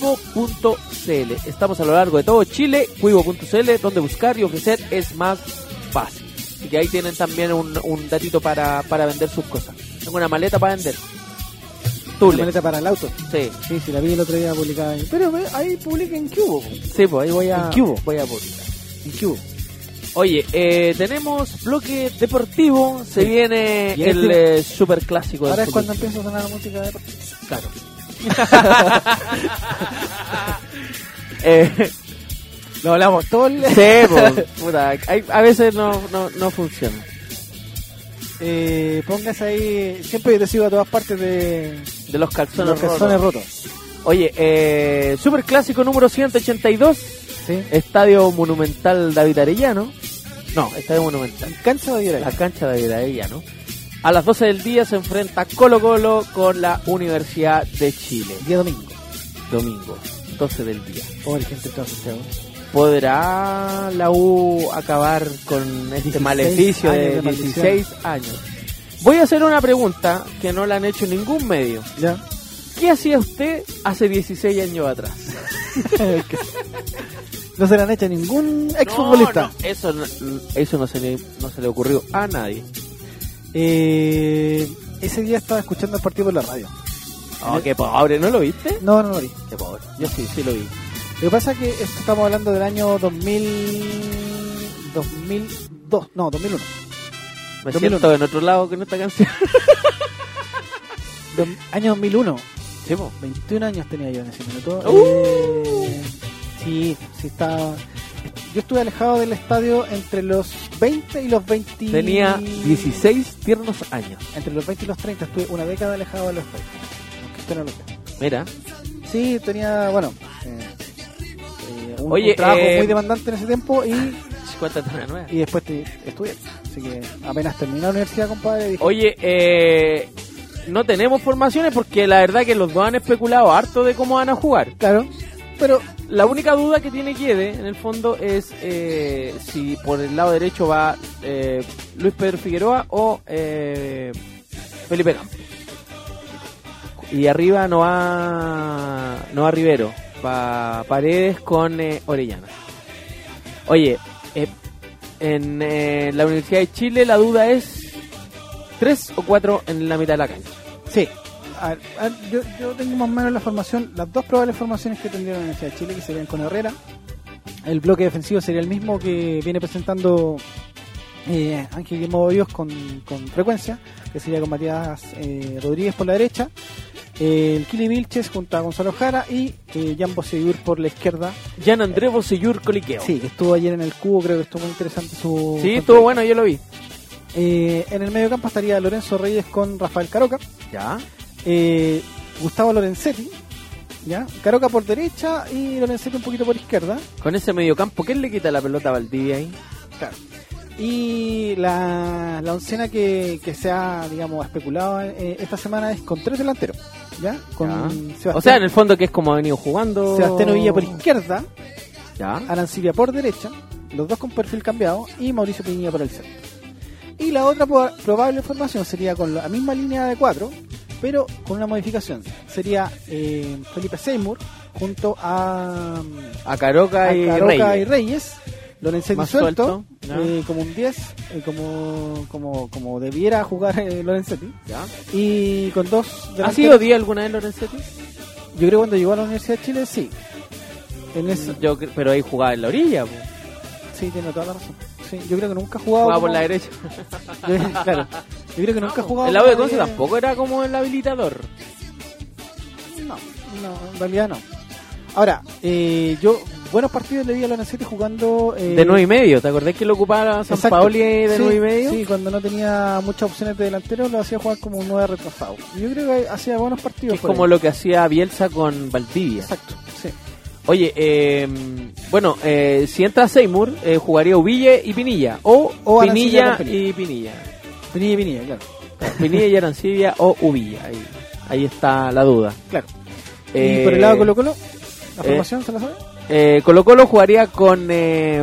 www.cuivo.cl. Estamos a lo largo de todo Chile. Cuivo.cl, donde buscar y ofrecer es más fácil. Así que ahí tienen también un, un datito para, para vender sus cosas. Tengo una maleta para vender.
Una
Tule.
maleta para el auto.
Sí,
Sí, sí, la vi el otro día publicada ahí. Pero ve, ahí publiquen que hubo.
sí, pues ahí voy a,
¿En qué hubo?
voy a publicar.
En que hubo.
Oye, eh, tenemos bloque deportivo. Se
Sí.
viene
Y ahí
el eh,
tiene-
super clásico.
Ahora es cuando empieza a sonar la música de...
Claro. eh,
Lo hablamos todo el...
sí,
pues.
po, puta, hay- a veces no, no, no funciona.
Eh, póngase ahí... Siempre te sigo a todas partes de...
De los
de
calzones,
los calzones
rotos.
rotos.
Oye, eh, super clásico número 182.
Sí.
Estadio Monumental David Arellano. No, Estadio Monumental.
Cansa de
la
llorar.
cancha de Vidaella, ¿no? A las 12 del día se enfrenta Colo Colo con la Universidad de Chile,
Día domingo.
domingo, 12 del día.
Pobre Oh, gente de todo Santiago.
¿Podrá la U acabar con este
16
maleficio de
años de
16 años? Voy a hacer una pregunta que no la han hecho en ningún medio.
Ya.
¿Qué hacía usted hace 16 años atrás?
no se le han hecho a ningún exfutbolista.
No, no, eso no, eso no se, le, no se le ocurrió a nadie.
Eh, ese día estaba escuchando el partido por la radio.
Oh, qué pobre, ¿no lo viste?
No, no lo vi.
Qué pobre. Yo sí, sí lo vi.
Lo que pasa es que esto estamos hablando del año 2000... 2002. No, 2001.
Me
2001.
siento en otro lado con esta canción.
Dom- año 2001.
Sí, po.
21 años tenía yo en ese minuto.
¡Uh!
Eh, sí, sí estaba. Yo estuve alejado del estadio entre los 20 y los 20.
Tenía 16 tiernos años.
Entre los 20 y los 30 estuve una década alejado de los 30. Aunque usted no lo crea.
Mira,
Sí, tenía, bueno. eh, eh, un,
Oye,
un trabajo
eh,
muy demandante en ese tiempo y,
cuéntate una nueva.
y después te- estudié. Así que apenas terminé la universidad, compadre, dije,
Oye, eh, no tenemos formaciones porque la verdad que los dos han especulado harto de cómo van a jugar.
claro, pero
La única duda que tiene Quiede, en el fondo, es eh, si por el lado derecho va eh, Luis Pedro Figueroa o eh, Felipe Campos. Y arriba no va, no va Rivero, va Paredes con eh, Orellana. Oye, eh, en eh, la Universidad de Chile la duda es tres o cuatro en la mitad de la cancha.
Sí. A ver, a ver, yo, yo tengo más o menos la formación, las dos probables formaciones que tendría la Universidad de Chile, que serían con Herrera. El bloque defensivo sería el mismo que viene presentando eh, Ángel Guillermo Boyos con, con frecuencia, que sería con Matías eh, Rodríguez por la derecha, eh, el Kili Vilches junto a Gonzalo Jara y eh, Jan Boseyur por la izquierda.
Jan André Bosellur Coliqueo.
Sí, que estuvo ayer en el cubo, creo que estuvo muy interesante su.
Sí, estuvo bueno, yo lo vi.
Eh, en el medio campo estaría Lorenzo Reyes con Rafael Caroca.
Ya.
eh, Gustavo Lorenzetti, ¿ya? Caroca por derecha y Lorenzetti un poquito por izquierda.
Con ese mediocampo, ¿quién le quita la pelota a Valdivia ahí?
Y la, la oncena que, que se ha, digamos, especulado eh, esta semana es con tres delanteros, ¿ya? Con
Ya.
Sebastián,
O sea, en el fondo que es como ha venido jugando.
Sebastián Ovilla por izquierda,
Ya.
Arancibia por derecha, los dos con perfil cambiado y Mauricio Piña por el centro. Y la otra po- probable formación sería con la misma línea de cuatro, pero con una modificación. Sería eh, Felipe Seymour junto a... mm,
A Caroca y
a Caroca
Reyes.
y Reyes. Lorenzetti
Más
suelto,
suelto,
eh, como un 10, eh, como, como, como debiera jugar eh, Lorenzetti.
Ya.
Y con dos
¿Ha
delanteros.
sido 10 alguna vez Lorenzetti?
Yo creo que cuando llegó a la Universidad de Chile, sí. En eso,
Mm, Yo, cre- pero ahí jugaba en la orilla. po.
sí, tiene toda la razón. Sí, yo creo que nunca ha jugado.
Jugaba
como-
por la derecha.
claro. Yo creo que nunca ha jugado.
El lado de
como
Conce
de-
tampoco era como el habilitador.
No, no, en realidad no. Ahora, eh, yo buenos partidos le vi a Lorenzetti jugando... eh,
De 9 y medio, ¿te acordás que lo ocupaba San
Exacto.
Paoli de
Sí,
9 y medio?
Sí, cuando no tenía muchas opciones de delantero, lo hacía jugar como un 9 retrasado. Yo creo que hacía buenos
Que
partidos.
es como lo que hacía Bielsa con Valdivia.
Exacto, sí.
Oye, eh, bueno, eh, si entra Seymour, eh, jugaría Uville y Pinilla. O,
O
Pinilla
Arancibia con
y Pinilla.
Venía y venía, claro.
Pinilla y Arancibia o Uvilla. Ahí, ahí está la duda.
Claro.
Eh,
y por el lado de Colo Colo, la
eh,
formación, ¿se la sabe?
Eh, Colo Colo jugaría con... Eh,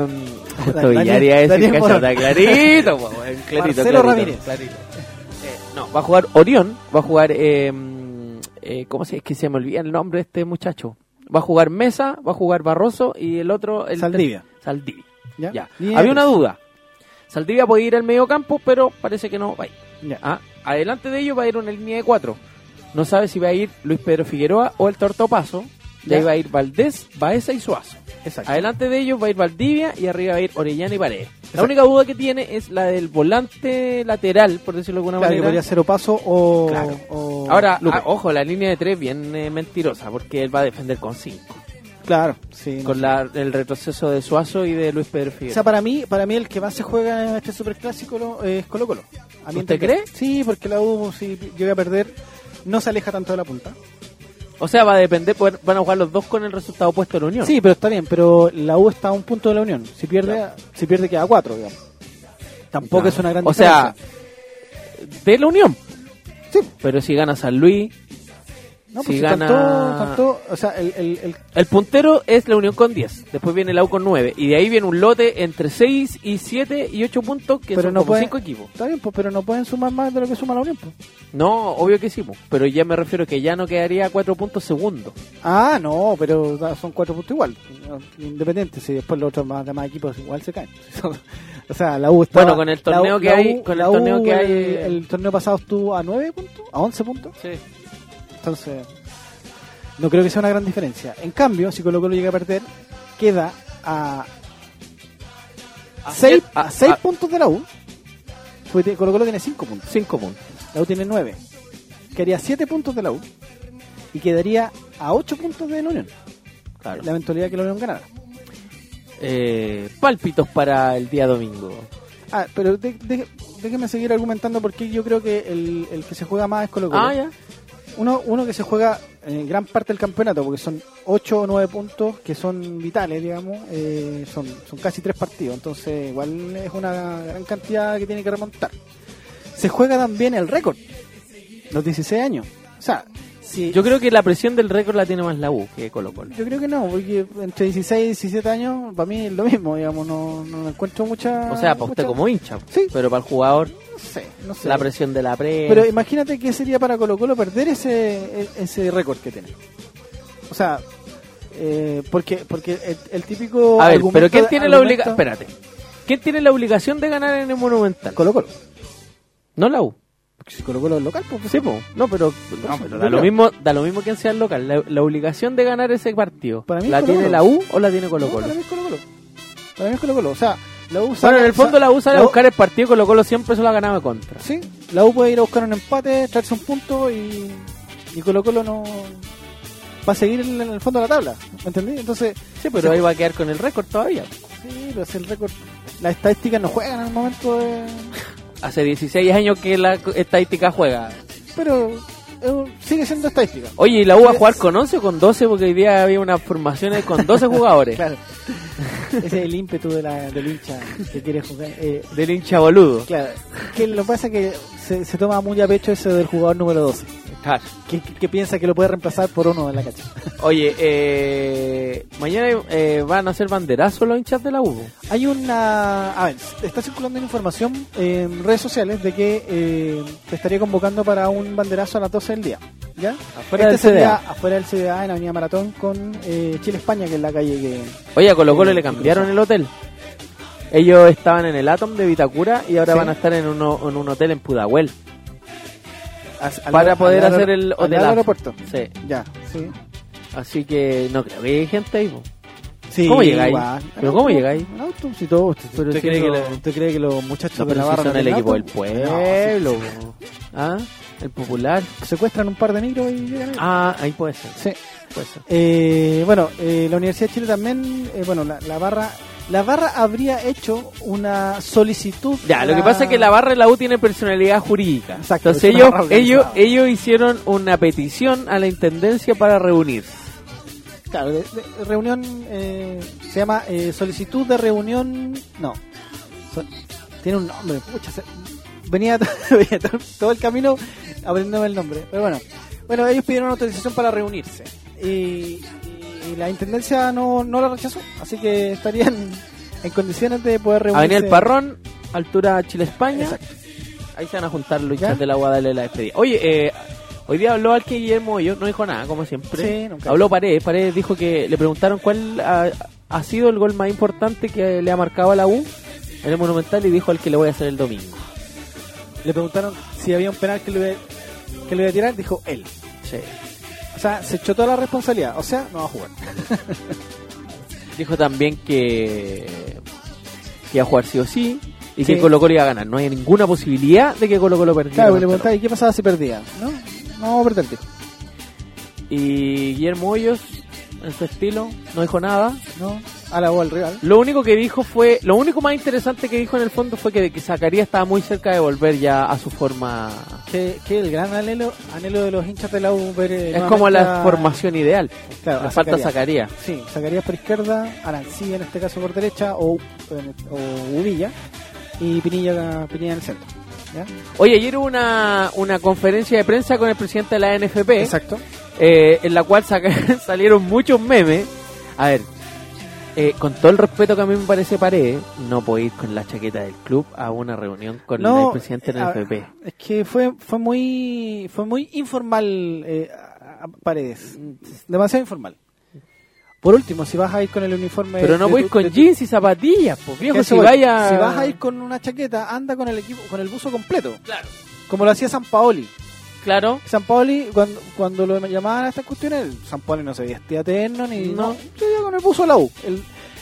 Daniel-
haría
Daniel Morón.
está clarito, po, weón, clarito,
Marcelo
clarito,
Ramírez.
clarito. Eh, no, va a jugar Orión, va a jugar... Eh, eh, ¿Cómo se, es que se me olvida el nombre de este muchacho? Va a jugar Mesa, va a jugar Barroso y el otro... El
Saldivia.
Saldivia.
¿Ya?
Ya.
Línea
Había
de
una
tres.
duda. Saldivia puede ir al medio campo, pero parece que no va a ir.
Ya.
Ah, adelante de ellos va a ir una línea de cuatro. No sabe si va a ir Luis Pedro Figueroa o el Tortopaso. De ahí
Ya.
va a ir Valdés, Baeza y Suazo.
Exacto.
Adelante de ellos va a ir Valdivia y arriba va a ir Orellana y Paredes. La
Exacto.
única duda que tiene es la del volante lateral, por decirlo de alguna
Claro, que podría
manera.
ser Opaso o.
Claro.
o
Ahora,
Lupe.
ah, ojo, la línea de tres bien eh, mentirosa, porque él va a defender con cinco.
claro, sí. no
Con
sé.
la- el retroceso de Suazo y de Luis Pedro
O
Figueroa.
sea, para mí, para mí el que más se juega en este superclásico lo- es Colo Colo. A mí
¿Usted
entender-
cree?
Sí, porque la U, si llega a perder, no se aleja tanto de la punta.
O sea, va a depender, pues, van a jugar los dos con el resultado opuesto en Unión.
Sí, pero está bien, pero la U está a un punto de la Unión. Si pierde, si pierde queda a cuatro, digamos. Tampoco es una gran
O sea, de la Unión.
Sí.
Pero si gana San Luis,
No, pues
si
si
gana-
tanto- tanto- o sea, el, el- el-
el puntero es la Unión con 10. Después viene la U con 9. Y de ahí viene un lote entre 6 y 7 y 8 puntos que
Pero
son
no
como
puede-
5 equipos.
está bien, pues, pero no pueden sumar más de lo que suma la Unión. pues.
No, obvio que sí, po, pero ya me refiero que ya no quedaría 4 puntos segundo.
Ah, no, pero da- son cuatro puntos igual, independientes. Si después los otros más, demás equipos igual se caen. o sea, la U está.
Bueno, con el torneo que hay- con el torneo que hay- eh.
El, el torneo pasado estuvo a nueve puntos, a once puntos.
Sí.
Entonces, no creo que sea una gran diferencia. En cambio, si Colo Colo llega a perder, queda a seis, a seis puntos de la U. Porque Colo Colo tiene cinco puntos.
5 puntos.
La U tiene 9. Quedaría 7 puntos de la U. Y quedaría a 8 puntos de la Unión.
Claro.
La eventualidad que la Unión ganara.
Eh, pálpitos para el día domingo.
Ah, pero de- de- déjeme seguir argumentando porque yo creo que el, el que se juega más es Colo Colo.
Ah, ya.
uno, uno que se juega en gran parte del campeonato, porque son 8 o 9 puntos que son vitales, digamos. eh, son, son casi 3 partidos. Entonces, igual es una gran cantidad que tiene que remontar. Se juega también el récord. Los 16 años. O sea, si
Yo creo que la presión del récord la tiene más la U que Colo Colo.
Yo creo que no, porque entre 16 y 17 años para mí es lo mismo, digamos, no, no encuentro mucha...
O sea, para usted
Ah, mucha-
como hincha.
Sí.
Pero para el jugador,
No sé, no sé.
la presión de la prensa.
Pero imagínate qué sería para Colo Colo perder ese, e, ese récord que tiene. O sea, eh, porque porque el, el típico...
A ver,
argumento
pero ¿quién
de-
tiene la
argumento-
obligación? Espérate. ¿Quién tiene la obligación de ganar en el Monumental?
Colo Colo.
No la U.
Porque si Colo Colo es local, pues...
Sí, po. No, pero, no, pero da, lo
yo creo.
mismo, da lo mismo quien sea el local. La, la obligación de ganar ese partido,
Para mí
¿la
es
tiene
Colo-Colo.
la U o la tiene Colo
No,
Colo?
Para mí es Colo Colo. Para mí es Colo Colo. O sea, la U...
Bueno,
sale-
en el fondo
sa-
la U sale a
la U-
buscar el partido, Colo Colo siempre se lo ha ganado de contra.
Sí, la U puede ir a buscar un empate, traerse un punto y, y Colo Colo no va a seguir en el fondo de la tabla, ¿me entendí? Entonces,
Sí, pero ahí va a quedar con el récord todavía.
sí, pero es el récord. Las estadísticas no juegan al momento de...
Hace 16 años que la estadística juega.
Pero eh, sigue siendo estadística.
Oye, ¿y la U va a jugar con 11 o con 12? Porque hoy día había unas formaciones con 12 jugadores.
Claro. Ese es el ímpetu de la, del hincha que quiere jugar. eh,
Del hincha boludo.
claro, que lo que pasa es que se, se toma muy a pecho eso del jugador número 12,
Claro.
que, que piensa que lo puede reemplazar por uno en la cancha.
Oye, eh, mañana eh, van a hacer banderazo los hinchas de la U.
Hay una. A ver, está circulando una información en redes sociales de que eh, te estaría convocando para un banderazo a las 12 del día. ¿Ya?
Afuera
Este
del
sería
CDA.
afuera del CDA en la Avenida Maratón con eh, Chile-España, que es la calle que.
Oye, a Colo Colo le cambiaron el hotel. Ellos estaban en el Atom de Vitacura y ahora
Sí.
van a estar en, uno, en un hotel en Pudahuel.
as- al-
para
al
poder
lado-
hacer el
al
hotel.
lado del aeropuerto.
Sí.
Ya, sí.
Así que no creo que hay gente ahí. po.
Sí,
¿Cómo llegáis?
igual.
¿Pero
En
cómo
auto,
llegáis?
en auto, si todo. ¿Usted,
Pero
usted
si
cree
no-
que lo- usted cree que los muchachos
No,
de
pero
la
si
barra
son el
del
equipo del
auto? No, sí,
pueblo. po. ¿Ah? El popular.
Secuestran un par de micros y llegan ahí.
Ah, ahí puede ser.
Sí.
Puede ser.
Eh, bueno, eh, la Universidad de Chile también, eh, bueno, la, la barra, la barra habría hecho una solicitud.
Ya, lo
para-
que pasa es que la barra de la U tiene personalidad jurídica.
Exacto,
Entonces
es una
ellos,
barra
ellos,
organizada.
ellos hicieron una petición a la Intendencia para reunirse.
Claro, de- de- reunión eh, se llama eh, solicitud de reunión. No, So- tiene un nombre. pucha, se- venía, venía todo, todo el camino aprendiéndome el nombre, pero bueno, bueno ellos pidieron una autorización para reunirse y, y la intendencia no, no la rechazó, así que estarían en condiciones de poder reunirse.
Avenida El Parrón, altura Chile-España. Ahí se van a juntar los
¿Ya?
hinchas de la Guadalajara de la despedida. Oye, eh, hoy día habló al que Guillermo yo no dijo nada, como siempre.
Sí, nunca.
Habló Paredes, Paredes dijo que le preguntaron cuál ha, ha sido el gol más importante que le ha marcado a la U en el Monumental y dijo al que le voy a hacer el domingo.
Le preguntaron si había un penal que le, que le iba a tirar, dijo él.
Sí.
O sea, se echó toda la responsabilidad, o sea, no va a jugar.
Dijo también que, que iba a jugar sí o sí y
Sí.
que Colo Colo iba a ganar. No hay ninguna posibilidad de que Colo Colo perdiera.
Claro, pues le
contra
preguntaba, ¿y qué pasaba si perdía? No, no vamos a perder tío.
Y Guillermo Hoyos, en su estilo, no dijo nada.
No, alabó al rival.
Lo único que dijo fue, lo único más interesante que dijo en el fondo fue que, que Zacarías estaba muy cerca de volver ya a su forma.
Que, que el gran anhelo, anhelo de los hinchas de la U ver, eh,
Es
nuevamente
como la
a-
formación ideal.
Claro,
Le
a
falta
Zacarías.
Zacarías.
Sí, Zacarías por izquierda, Arancía en este caso por derecha o, o Uvilla y Pinilla, Pinilla en el centro. ¿ya?
Oye, ayer hubo una, una conferencia de prensa con el presidente de la NFP.
Exacto.
eh, en la cual saca- salieron muchos memes. A ver, eh, con todo el respeto que a mí me parece Paredes, no puedo ir con la chaqueta del club a una reunión con el presidente del
a-
FP.
Es que fue fue muy fue muy informal eh, a- a Paredes, demasiado informal. Por último, si vas a ir con el uniforme
Pero no
de
voy
tu-
con
de tu-
jeans y zapatillas, pues viejo,
Eso
si
voy.
vaya...
Si vas a ir con una chaqueta, anda con el equipo con el buzo completo. Claro. Como lo hacía San Paoli.
Claro.
San Paoli cuando, cuando lo llamaban a estas cuestiones, San Paoli no se vestía terno ni
No.
se iba con el buzo de la U, el,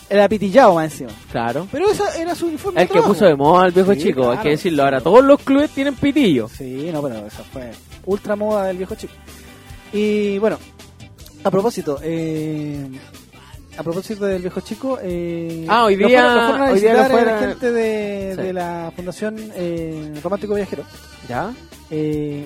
el apitillado más encima.
Claro.
Pero esa era su uniforme
El
de
que
trabajo.
puso de moda al viejo
Sí,
chico, hay
claro.
que decirlo. Ahora todos los clubes tienen pitillo.
Sí, no, pero esa fue ultra moda del viejo chico. Y bueno, a propósito, eh, a propósito del viejo chico, eh,
Ah, hoy
nos
día-
fueron- nos fueron a
hoy día
visitar,
nos
eh,
fueron-
gente de,
Sí.
de la Fundación eh, Romántico Viajero
¿Ya?
eh,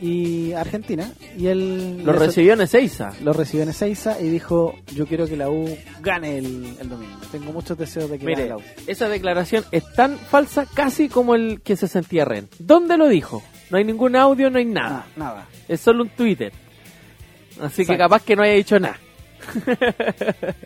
y Argentina y él
Lo
y eso-
recibió en Ezeiza.
lo recibió en Ezeiza y dijo yo quiero que la U gane el, el domingo. Tengo muchos deseos de que gane
Mire,
la U.
esa declaración es tan falsa casi como el que se sentía Ren. ¿Dónde lo dijo? No hay ningún audio, no hay nada.
Ah, nada.
Es solo un Twitter. Así que
Exacto.
capaz que no haya dicho nada.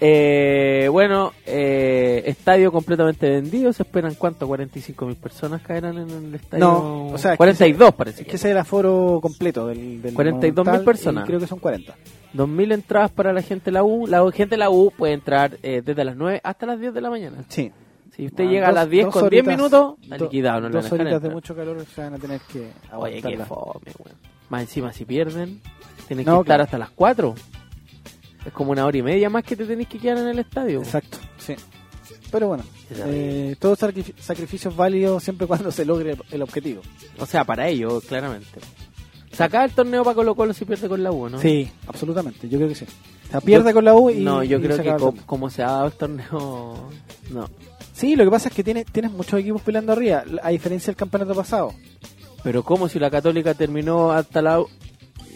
Eh, bueno, eh, estadio completamente vendido. ¿Se esperan cuánto? ¿45 mil personas caerán en el estadio?
No, o sea, es que
42 parece.
Es
que
que ese es el aforo completo del, del
42.000
Monumental,
personas.
y creo que son 40.
2.000 entradas para la gente de la U. La gente de la U puede entrar eh, desde las 9 hasta las 10 de la mañana.
Sí.
Si usted
Bueno,
llega
dos-
a las 10
dos
con
horitas-
10 minutos, está
do-
liquidado. No le van a
dos
dejar
horitas de
entrar. Ah,
mucho calor se van a tener que
Oye, qué
aguantarla.
fome, weón. Más encima, si pierden, tienen
No,
que estar
claro.
hasta las 4. Es como una hora y media más que te tenés que quedar en el estadio.
Exacto, sí. Pero bueno,
Qué terrible.
eh, todo sacrifi- sacrificio es válido siempre y cuando se logre el objetivo.
O sea, para ellos, claramente. Sacar el torneo para Colo Colo si pierde con la U, ¿no?
Sí, absolutamente, yo creo que sí. O sea, pierde con la U y
No, yo
y
creo
se
que
acaba el
co-
torneo.
como se ha dado el torneo... No.
Sí, lo que pasa es que tiene, tienes muchos equipos peleando arriba, a diferencia del campeonato pasado.
Pero como si la Católica terminó hasta la...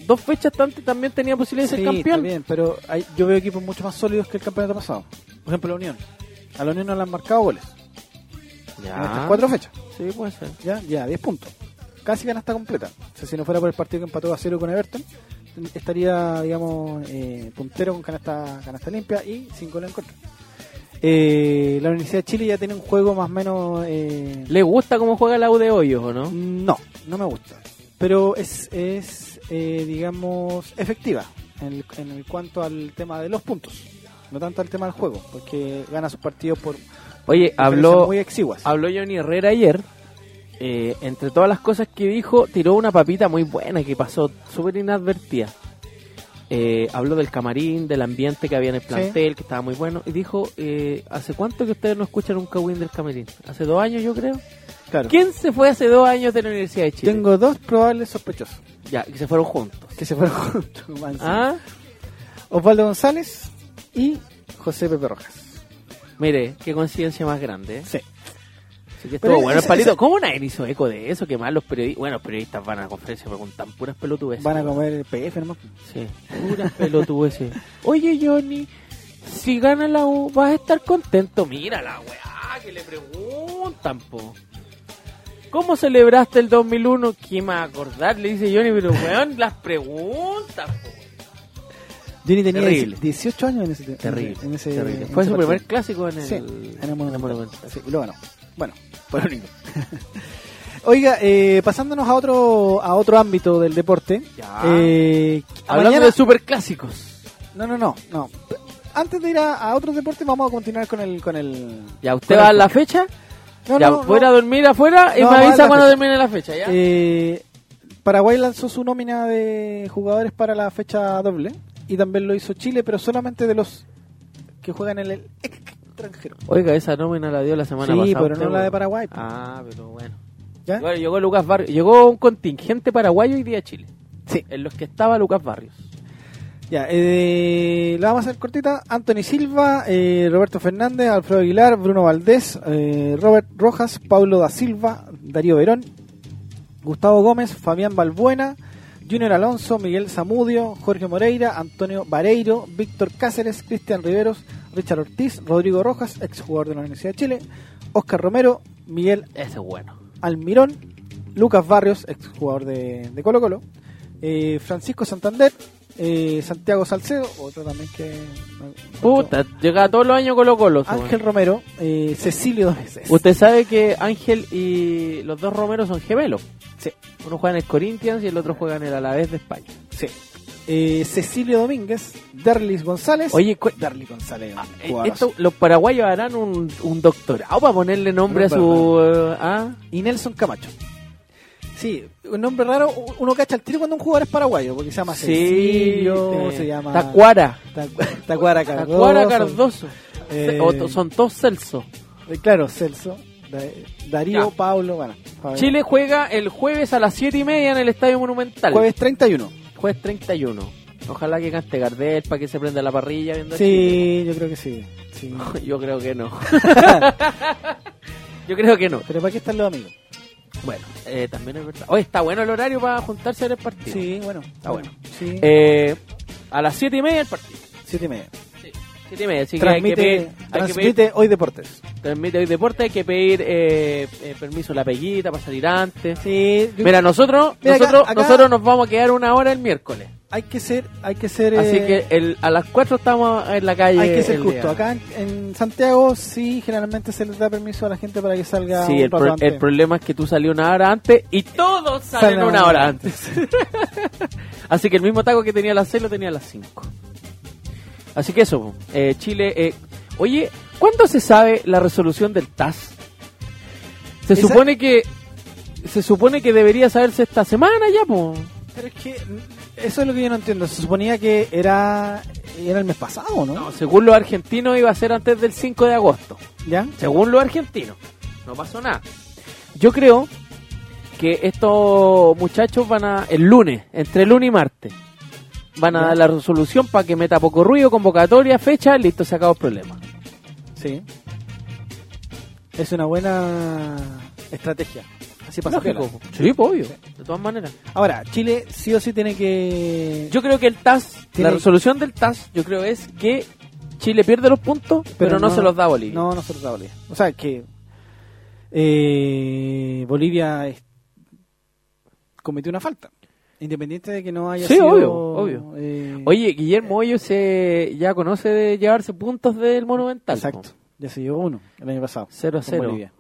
Dos fechas antes también tenía posibilidad de
Sí,
ser campeón.
también, pero hay- yo veo equipos mucho más sólidos que el campeonato pasado. Por ejemplo, la Unión. A la Unión no le han marcado goles. En estas
Ya.
cuatro fechas.
Sí, puede ser.
Ya, ya, 10 puntos. Casi canasta completa. O sea, si no fuera por el partido que empató a cero con Everton, estaría, digamos, eh, puntero con canasta, canasta limpia y sin goles en contra. Eh, la Universidad de Chile ya tiene un juego más o menos... eh,
¿Le gusta cómo juega la U de hoyos o no?
no, no me gusta. Pero es, es eh, digamos, efectiva en, el- en el cuanto al tema de los puntos. No tanto al tema del juego, porque gana sus partidos por
Oye,
diferencias
habló...
muy exiguas.
Habló Johnny Herrera ayer. eh, entre todas las cosas que dijo, tiró una papita muy buena que pasó súper inadvertida. Eh, habló del camarín, del ambiente que había en el plantel, que estaba muy bueno. Y dijo, eh, ¿hace cuánto que ustedes no escuchan un cagüín del camarín? ¿Hace dos años yo creo?
Claro.
¿Quién se fue hace dos años de la Universidad de Chile?
Tengo dos probables sospechosos
Ya, que se fueron juntos.
que se fueron juntos. man, sí.
Ah,
Osvaldo González y José Pepe Rojas.
mire, qué coincidencia más grande. ¿eh?
Sí.
Así que
Pero
estuvo bueno el
esa-
palito.
esa-
¿Cómo nadie hizo eco de eso? Que más los periodistas. Bueno, los periodistas van a conferencias pero con tan puras pelotudes.
Van a comer el PF nomás.
Sí, puras pelotudeces. Oye, Johnny, si gana la U, vas a estar contento. Mira la weá que le preguntan, po. ¿Cómo celebraste el 2001? ¿Quién me va a acordar? Le dice Johnny, pero weón, las preguntas, po.
Johnny tenía
Terrible.
18 años en ese
Terrible,
en ese-
terrible.
en
Fue
ese
su
partido.
primer clásico en el,
Sí, en
en
el
el
Monumental.
Monumental.
Sí, y lo ganó. Bueno, por lo único. Oiga, eh, pasándonos a otro a otro ámbito del deporte.
Ya.
eh,
Hablando
mañana-
de superclásicos.
No, no, no, no. Antes de ir a, a otros deportes, vamos a continuar con el. Con el
Ya, usted
con
va a
el
la
fútbol.
fecha,
No,
ya
no, no.
voy a dormir afuera y
No,
me
va a
avisa
la
cuando
fecha.
termine la fecha, ¿ya?
Eh, Paraguay lanzó su nómina de jugadores para la fecha doble. Y también lo hizo Chile, pero solamente de los que juegan en el extranjero.
Oiga, esa nómina la dio la semana
Sí,
pasada.
pero
usted,
no la de
weón.
Paraguay, po. ¿Eh?
Ah, pero bueno.
¿Ya?
Bueno, llegó Lucas Barrios. Llegó un contingente paraguayo y día a Chile.
Sí.
En los que estaba Lucas Barrios.
Ya, eh, la vamos a hacer cortita. Anthony Silva, eh, Roberto Fernández, Alfredo Aguilar, Bruno Valdés, eh, Robert Rojas, Pablo da Silva, Darío Verón, Gustavo Gómez, Fabián Balbuena, Junior Alonso, Miguel Zamudio, Jorge Moreira, Antonio Vareiro, Víctor Cáceres, Cristian Riveros, Richard Ortiz, Rodrigo Rojas, exjugador de la Universidad de Chile, Oscar Romero, Miguel
Ese es bueno.
Almirón, Lucas Barrios, exjugador de, de Colo Colo, eh, Francisco Santander, eh, Santiago Salcedo, otro también que...
Puta, llega todos los años Colo Colo. ese
Ángel Romero, eh, Cecilio dos veces.
weón. Usted sabe que Ángel y los dos Romeros son gemelos.
Sí.
Uno juega en el Corinthians y el otro juega en el Alavés de España.
Sí. Eh, Cecilio Domínguez, Derlis González.
Oye, cu-
Derlis González.
ah, eh,
jugadorazo.
esto- los paraguayos harán un, un doctorado para ponerle nombre a su... eh, ah,
Y Nelson Camacho. Sí, un nombre raro, u- uno cacha el tiro cuando un jugador es paraguayo, porque se llama Cecilio,
sí.
se llama...
este, eh, Tacuara.
Tacu- Tacuara Cardoso.
Tacuara Cardoso.
Eh,
O- son todos Celso.
Eh, Claro, Celso, Da- Darío,
Ya.
Pablo, bueno. Fabián.
Chile juega el jueves a las 7 y media en el Estadio Monumental.
Jueves 31.
Jueves 31. Ojalá que cante Gardel para que se prenda la parrilla viendo a
Sí, yo creo que sí. sí.
Chile. Yo creo que no. Yo creo que no.
Pero ¿para qué están los amigos?
Bueno, eh, también es verdad. Hoy está bueno el horario para juntarse a ver el partido.
Sí, bueno.
Está bueno.
Sí.
Eh, a las 7 y media el partido.
Siete y media.
7 y media. Así que hay que
Transmite,
pedir, hay que
transmite
pedir-
hoy deportes.
transmite hoy deporte, hay que pedir eh, eh, permiso la peguita para salir antes.
Sí, yo-
Mira, nosotros,
Mira, acá-
nosotros,
acá-
nosotros nos vamos a quedar una hora el miércoles.
hay que ser, hay que ser,
Así
eh,
que el, a las 4 estamos en la calle.
hay que ser
el
justo.
día.
Acá en, en Santiago sí, generalmente se les da permiso a la gente para que salga
Sí,
un
el,
rato
pro-
antes.
el problema es que tú salí una hora antes y todos salen
Salen
una hora antes. Así que el mismo taco que tenía a las 6 lo tenía a las 5. Así que eso, eh, Chile. eh, oye, ¿cuándo se sabe la resolución del TAS? Se
Esa-
supone que. Se supone que debería saberse esta semana ya, po.
Pero es que mm, eso es lo que yo no entiendo. Se suponía que era, era el mes pasado, ¿no?
No, según los argentinos iba a ser antes del 5 de agosto.
¿Ya?
según los argentinos. No pasó nada. Yo creo que estos muchachos van a, el lunes, entre lunes y martes, van a
Ya.
dar la resolución para que meta poco ruido, convocatoria, fecha, listo, se acabó el problema.
Sí. Es una buena estrategia. Así pasa.
Lógico.
piola.
Sí, pues, obvio. De todas maneras.
Ahora, Chile sí o sí tiene que...
Yo creo que el TAS,
Tiene-
la resolución del TAS, yo creo es que Chile pierde los puntos, pero, no, se los da a Bolivia.
No, no se los da Bolivia. O sea, que eh, Bolivia es- cometió una falta. Independiente de que no haya
Sí,
sido...
obvio, obvio.
eh,
Oye, Guillermo Hoyo se ya conoce de llevarse puntos del Monumental. po.
Exacto. Ya se llevó uno el año pasado.
Cero a
con
cero.
Bolivia.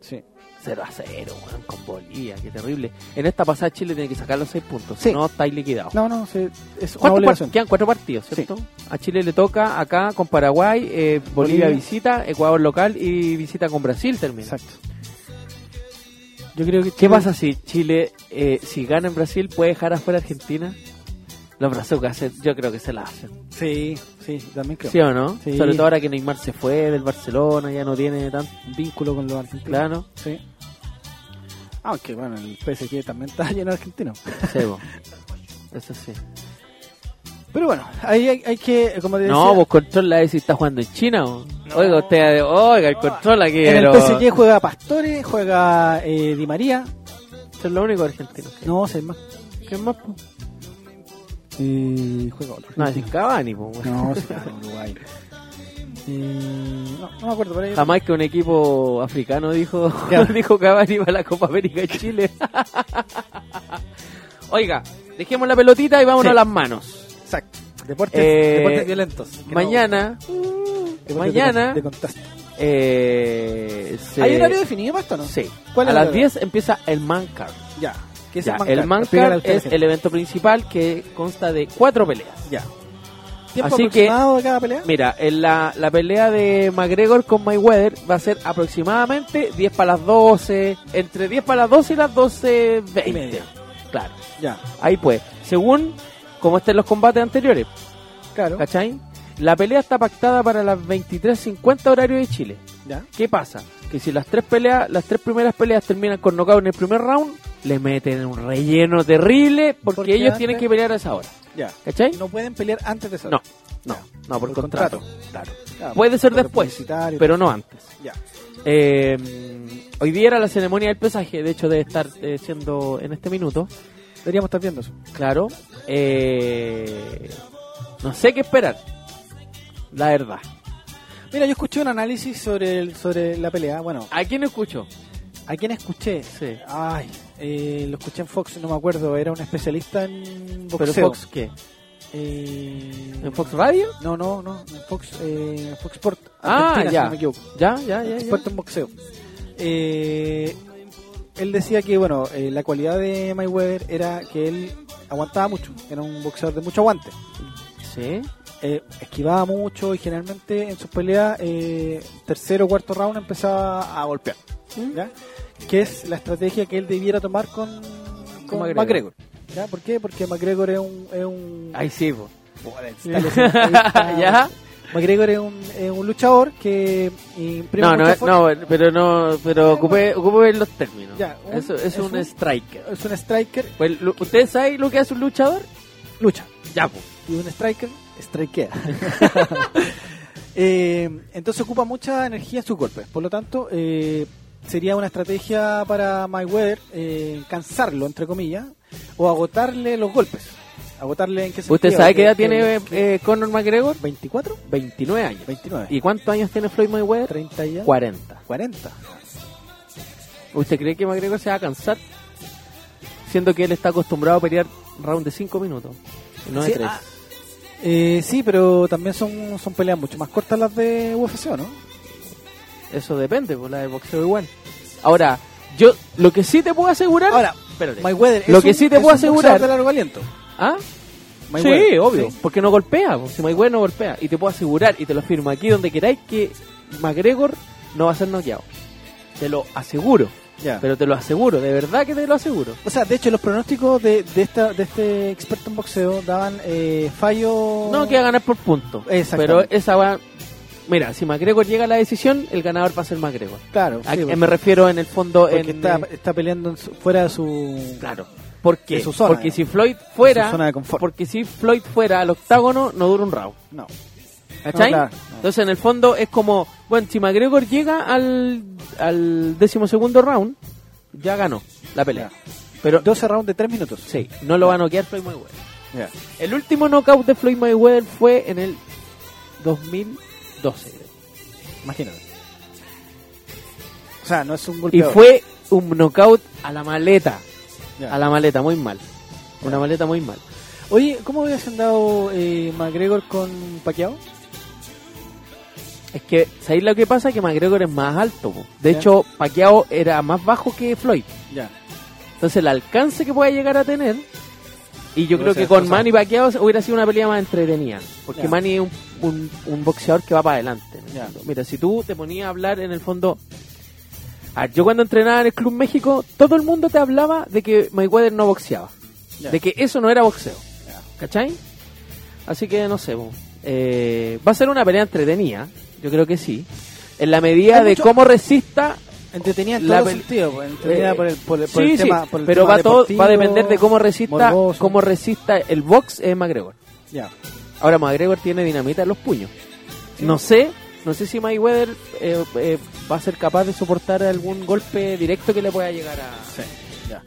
Sí.
0 a 0, weón, con Bolivia, qué terrible. En esta pasada Chile tiene que sacar los 6 puntos,
Sí.
si no estáis liquidados.
No, no, se- es una
¿Cuántos
obligación.
part- quedan cuatro partidos, ¿cierto? A Chile le toca acá con Paraguay, eh, Bolivia,
Bolivia.
visita, Ecuador local y visita con Brasil termina.
Exacto. Yo creo que
¿Qué
Chile-
pasa si Chile, eh, si gana en Brasil, puede dejar afuera a Argentina? Los brazucas, se- yo creo que se la hacen.
Sí, sí, también creo.
¿Sí o no?
Sí.
Sobre todo ahora que Neymar se fue del Barcelona, ya no tiene tanto
vínculo con los argentinos.
plano.
Sí. Aunque bueno, el PSG también está lleno de argentinos.
Sebo. Eso sí.
Pero bueno, ahí hay, hay que, como te decía,
No, vos controla ahí si está jugando en China. vos. Oiga, usted, oiga, el control aquí.
en el
pero-
PSG juega Pastore, juega eh, Di María.
Eso es lo único argentino. que-
No, seis más.
¿Qué más? po?
Eh, juega otro.
No, sin Cavani, po, weón.
No, sí, claro, Uruguay. Eh, no, no me acuerdo, pero ahí-
Jamás que un equipo africano dijo, dijo Cavani va a la Copa América de Chile. Oiga, dejemos la pelotita y vámonos
Sí.
a las manos.
Exacto. Deportes,
Eh,
deportes violentos. que no-
Mañana,
deportes
mañana-
De, con- de contacto.
eh, se-
¿Hay horario definido, Pasto, no?
Sí.
¿Cuál
a
es el
las
horario?
10 empieza el Mancar.
Ya. ¿Qué es
Ya,
el
el
Mancar?
Mancar es el evento principal que consta de cuatro peleas.
Ya. ¿Tiempo
Así que-
aproximado de cada pelea?
Mira, en la, la pelea de McGregor con Mayweather va a ser aproximadamente 10 para las 12, entre 10 para las 12 y las 12.20.
Y media.
Claro,
Ya,
ahí pues, según como estén los combates anteriores,
claro.
¿cachai? La pelea está pactada para las 23.50 horario de Chile.
Ya.
¿Qué pasa? Que si las tres peleas, las tres primeras peleas terminan con knockout en el primer round, le meten un relleno terrible porque,
Porque
ellos
antes-
tienen que pelear a esa hora,
Ya.
¿cachai?
No pueden pelear antes de eso.
No, no, no, por,
Por
contrato.
contrato.
Claro.
Claro,
Puede ser
por
después,
publicitario,
pero no antes.
Ya.
Eh, hoy día era la ceremonia del pesaje, de hecho debe estar eh, siendo en este minuto,
Deberíamos estar viendo eso.
claro. Eh, no sé qué esperar, la verdad.
Mira, yo escuché un análisis sobre, el- sobre la pelea. Bueno,
¿A quién escucho?
¿a quién escuché?
Sí.
Ay, eh, lo escuché en Fox, no me acuerdo. Era un especialista en
¿Pero
boxeo.
Fox qué?
Eh,
¿En Fox Radio?
No, no, no. En Fox, eh, Fox Sport.
Ah, ya.
Argentina, Si no me equivoco.
Ya, Ah, ya, ya. ya.
experto en boxeo. Eh, él decía que, bueno, eh, la cualidad de Mayweather era que él aguantaba mucho, era un boxeador de mucho aguante.
Sí.
Eh, esquivaba mucho y generalmente en sus peleas, eh, tercero o cuarto round, empezaba a golpear.
¿Mm?
¿ya? Que es la estrategia que él debiera tomar con, con
McGregor.
McGregor. ¿ya? ¿Por qué? Porque McGregor es un. Es un
Ahí sí, po.
está lesionado, ahí está.
¿Ya?
McGregor es un, es un luchador que imprime
No, no,
mucha
eh,
fuerza.
no, pero no, pero ocupé, ocupé los términos.
Ya, un-
Eso es,
es
un,
un-
striker.
Es un striker,
Pues, lo- ¿Ustedes saben lo que hace un luchador?
lucha.
Ya, po.
y un striker, strikea. Eh, entonces ocupa mucha energía en sus golpes. Por lo tanto, eh, sería una estrategia para Mayweather eh, cansarlo, entre comillas, o agotarle los golpes. Agotarle en qué sentido.
¿Usted sabe
que-
qué edad
que-
tiene eh, Conor McGregor?
24,
29 años.
29,
¿Y cuántos años tiene Floyd Mayweather?
30 ya,
40.
40.
¿Usted cree que McGregor se va a cansar? Siendo que él está acostumbrado a pelear round de 5 minutos, no de
Sí,
3.
ah, Eh, sí, pero también son, son peleas mucho más cortas las de UFC, ¿o ¿no?
Eso depende, pues la de boxeo igual. Ahora, yo lo que sí te puedo asegurar...
Ahora,
espérate.
Mayweather es
Lo que
un-
sí te
es
puedo
un boxeador
asegurar-
de largo aliento.
¿Ah? Sí,
Mayweather,
obvio.
¿sí?
Porque no golpea. po. Si Mayweather no golpea. Y te puedo asegurar, y te lo firmo aquí donde queráis, que McGregor no va a ser noqueado. Te lo aseguro.
Ya.
Pero te lo aseguro. De verdad que te lo aseguro.
O sea, de hecho, los pronósticos de, de, esta, de este experto en boxeo daban eh, fallo.
No que va a ganar por punto. Pero
Exactamente.
esa va... Mira, si McGregor llega a la decisión, el ganador va a ser McGregor.
Claro,
A-
sí,
me refiero en el fondo...
porque
En,
está,
eh,
está peleando en su- fuera de su.
claro. ¿Por qué?
de su zona,
porque
digamos.
si Floyd fuera...
De su zona de confort.
Porque si Floyd fuera al octágono, no dura un round.
No.
¿Cachai?
No, Ah, claro, no.
Entonces, en el fondo, es como, bueno, si McGregor llega al, al decimosegundo round, ya ganó la pelea. Pero,
12 rounds de 3 minutos.
sí, no lo va a noquear Floyd Mayweather.
Ya.
El último knockout de Floyd Mayweather fue en el 2012.
Imagínate. O sea, no es un
Y
golpeador.
fue un knockout a la maleta.
Ya.
A la maleta, muy mal. Una maleta muy mal.
Oye, ¿cómo habías andado eh, McGregor con Pacquiao?
Es que, ¿sabéis lo que pasa? Que McGregor es más alto. po. De
Ya.
hecho, Pacquiao era más bajo que Floyd.
Ya.
Entonces el alcance que pueda llegar a tener, y yo
Puede
creo
ser
que con
forzado.
Manny Pacquiao hubiera sido una pelea más entretenida, porque
Ya.
Manny es un, un- un boxeador que va para adelante. en el
Ya.
fondo. Mira, si tú te ponías a hablar en el fondo, Ah, yo cuando entrenaba en el Club México, todo el mundo te hablaba de que Mayweather no boxeaba,
Ya.
de que eso no era boxeo,
Ya.
¿cachai? Así que no sé, bo. Eh, va a ser una pelea entretenida, yo creo que sí, en la medida
Hay
de
mucho-
cómo resista
Entretenida en
La
todos los
pel-
sentidos, pues, entretenida
eh,
por el, por el- por
sí,
el
sí,
tema. por el
pero
tema
va todo, va a
deportivo,
depender de cómo resista,
morboso.
cómo resista el box eh, McGregor.
Ya.
Ahora McGregor tiene dinamita en los puños. No sé, no sé si Mayweather eh, eh, va a ser capaz de soportar algún golpe directo que le pueda llegar a.
Sí, ya.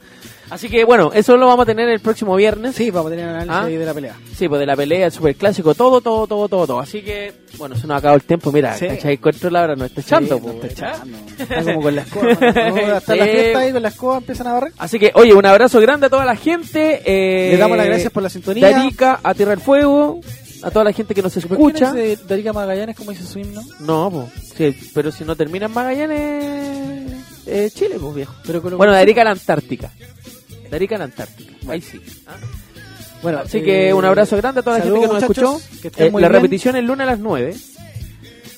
Así que bueno, eso lo vamos a tener el próximo viernes.
Sí, vamos a tener un análisis
¿Ah?
ahí de la pelea.
Sí, pues de la pelea, el superclásico, todo, todo, todo, todo, todo. Así que, bueno, se nos acabó el tiempo. Mira,
Sí.
¿cachai? Cuatro labras no está echando,
Sí,
pues,
está
¿cachai?
echando. Está como con la escoba. ¿no? No, Está la
Sí.
fiesta ahí con la escoba, empiezan a barrer.
Así que, oye, un abrazo grande a toda la gente. Eh,
Le damos las gracias por la sintonía.
de Arica, a Tierra del Fuego, a toda la gente que nos escucha.
¿Por qué no es de Darica Magallanes como dice su himno?
No, po. Sí, pero si no terminan Magallanes, eh, Chile, pues viejo.
Pero con lo-
Bueno, de Arica a la Antártica. De Arica a la Antártica. Ahí sí. Bueno, así que
eh,
un abrazo grande a toda la gente que
saludos,
nos escuchó.
muchachos, que estén
Eh,
muy
la
bien.
repetición es lunes a las 9.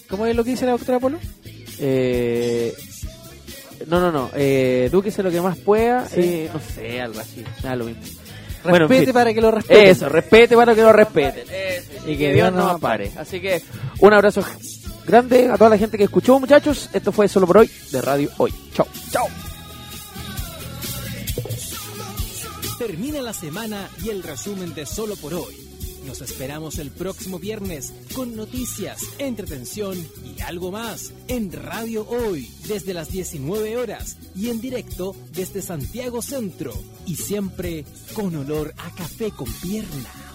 ¿Cómo es lo que dice la doctora Polo?
Eh, no, no, no. Eh, dúquese lo que más pueda.
Sí.
eh, no sé, algo así. Nada, lo mismo.
Respete
Bueno, en fin.
para que lo respete.
Eso, respete para que lo respeten. Eso, Y que Dios
nos
nos apare. Así que un abrazo grande a toda la gente que escuchó, muchachos. Esto fue solo por hoy de Radio Hoy. Chao. Chao.
Termina la semana y el resumen de Solo por hoy. Nos esperamos el próximo viernes con noticias, entretención y algo más en Radio Hoy desde las 19 horas y en directo desde Santiago Centro y siempre con olor a café con pierna.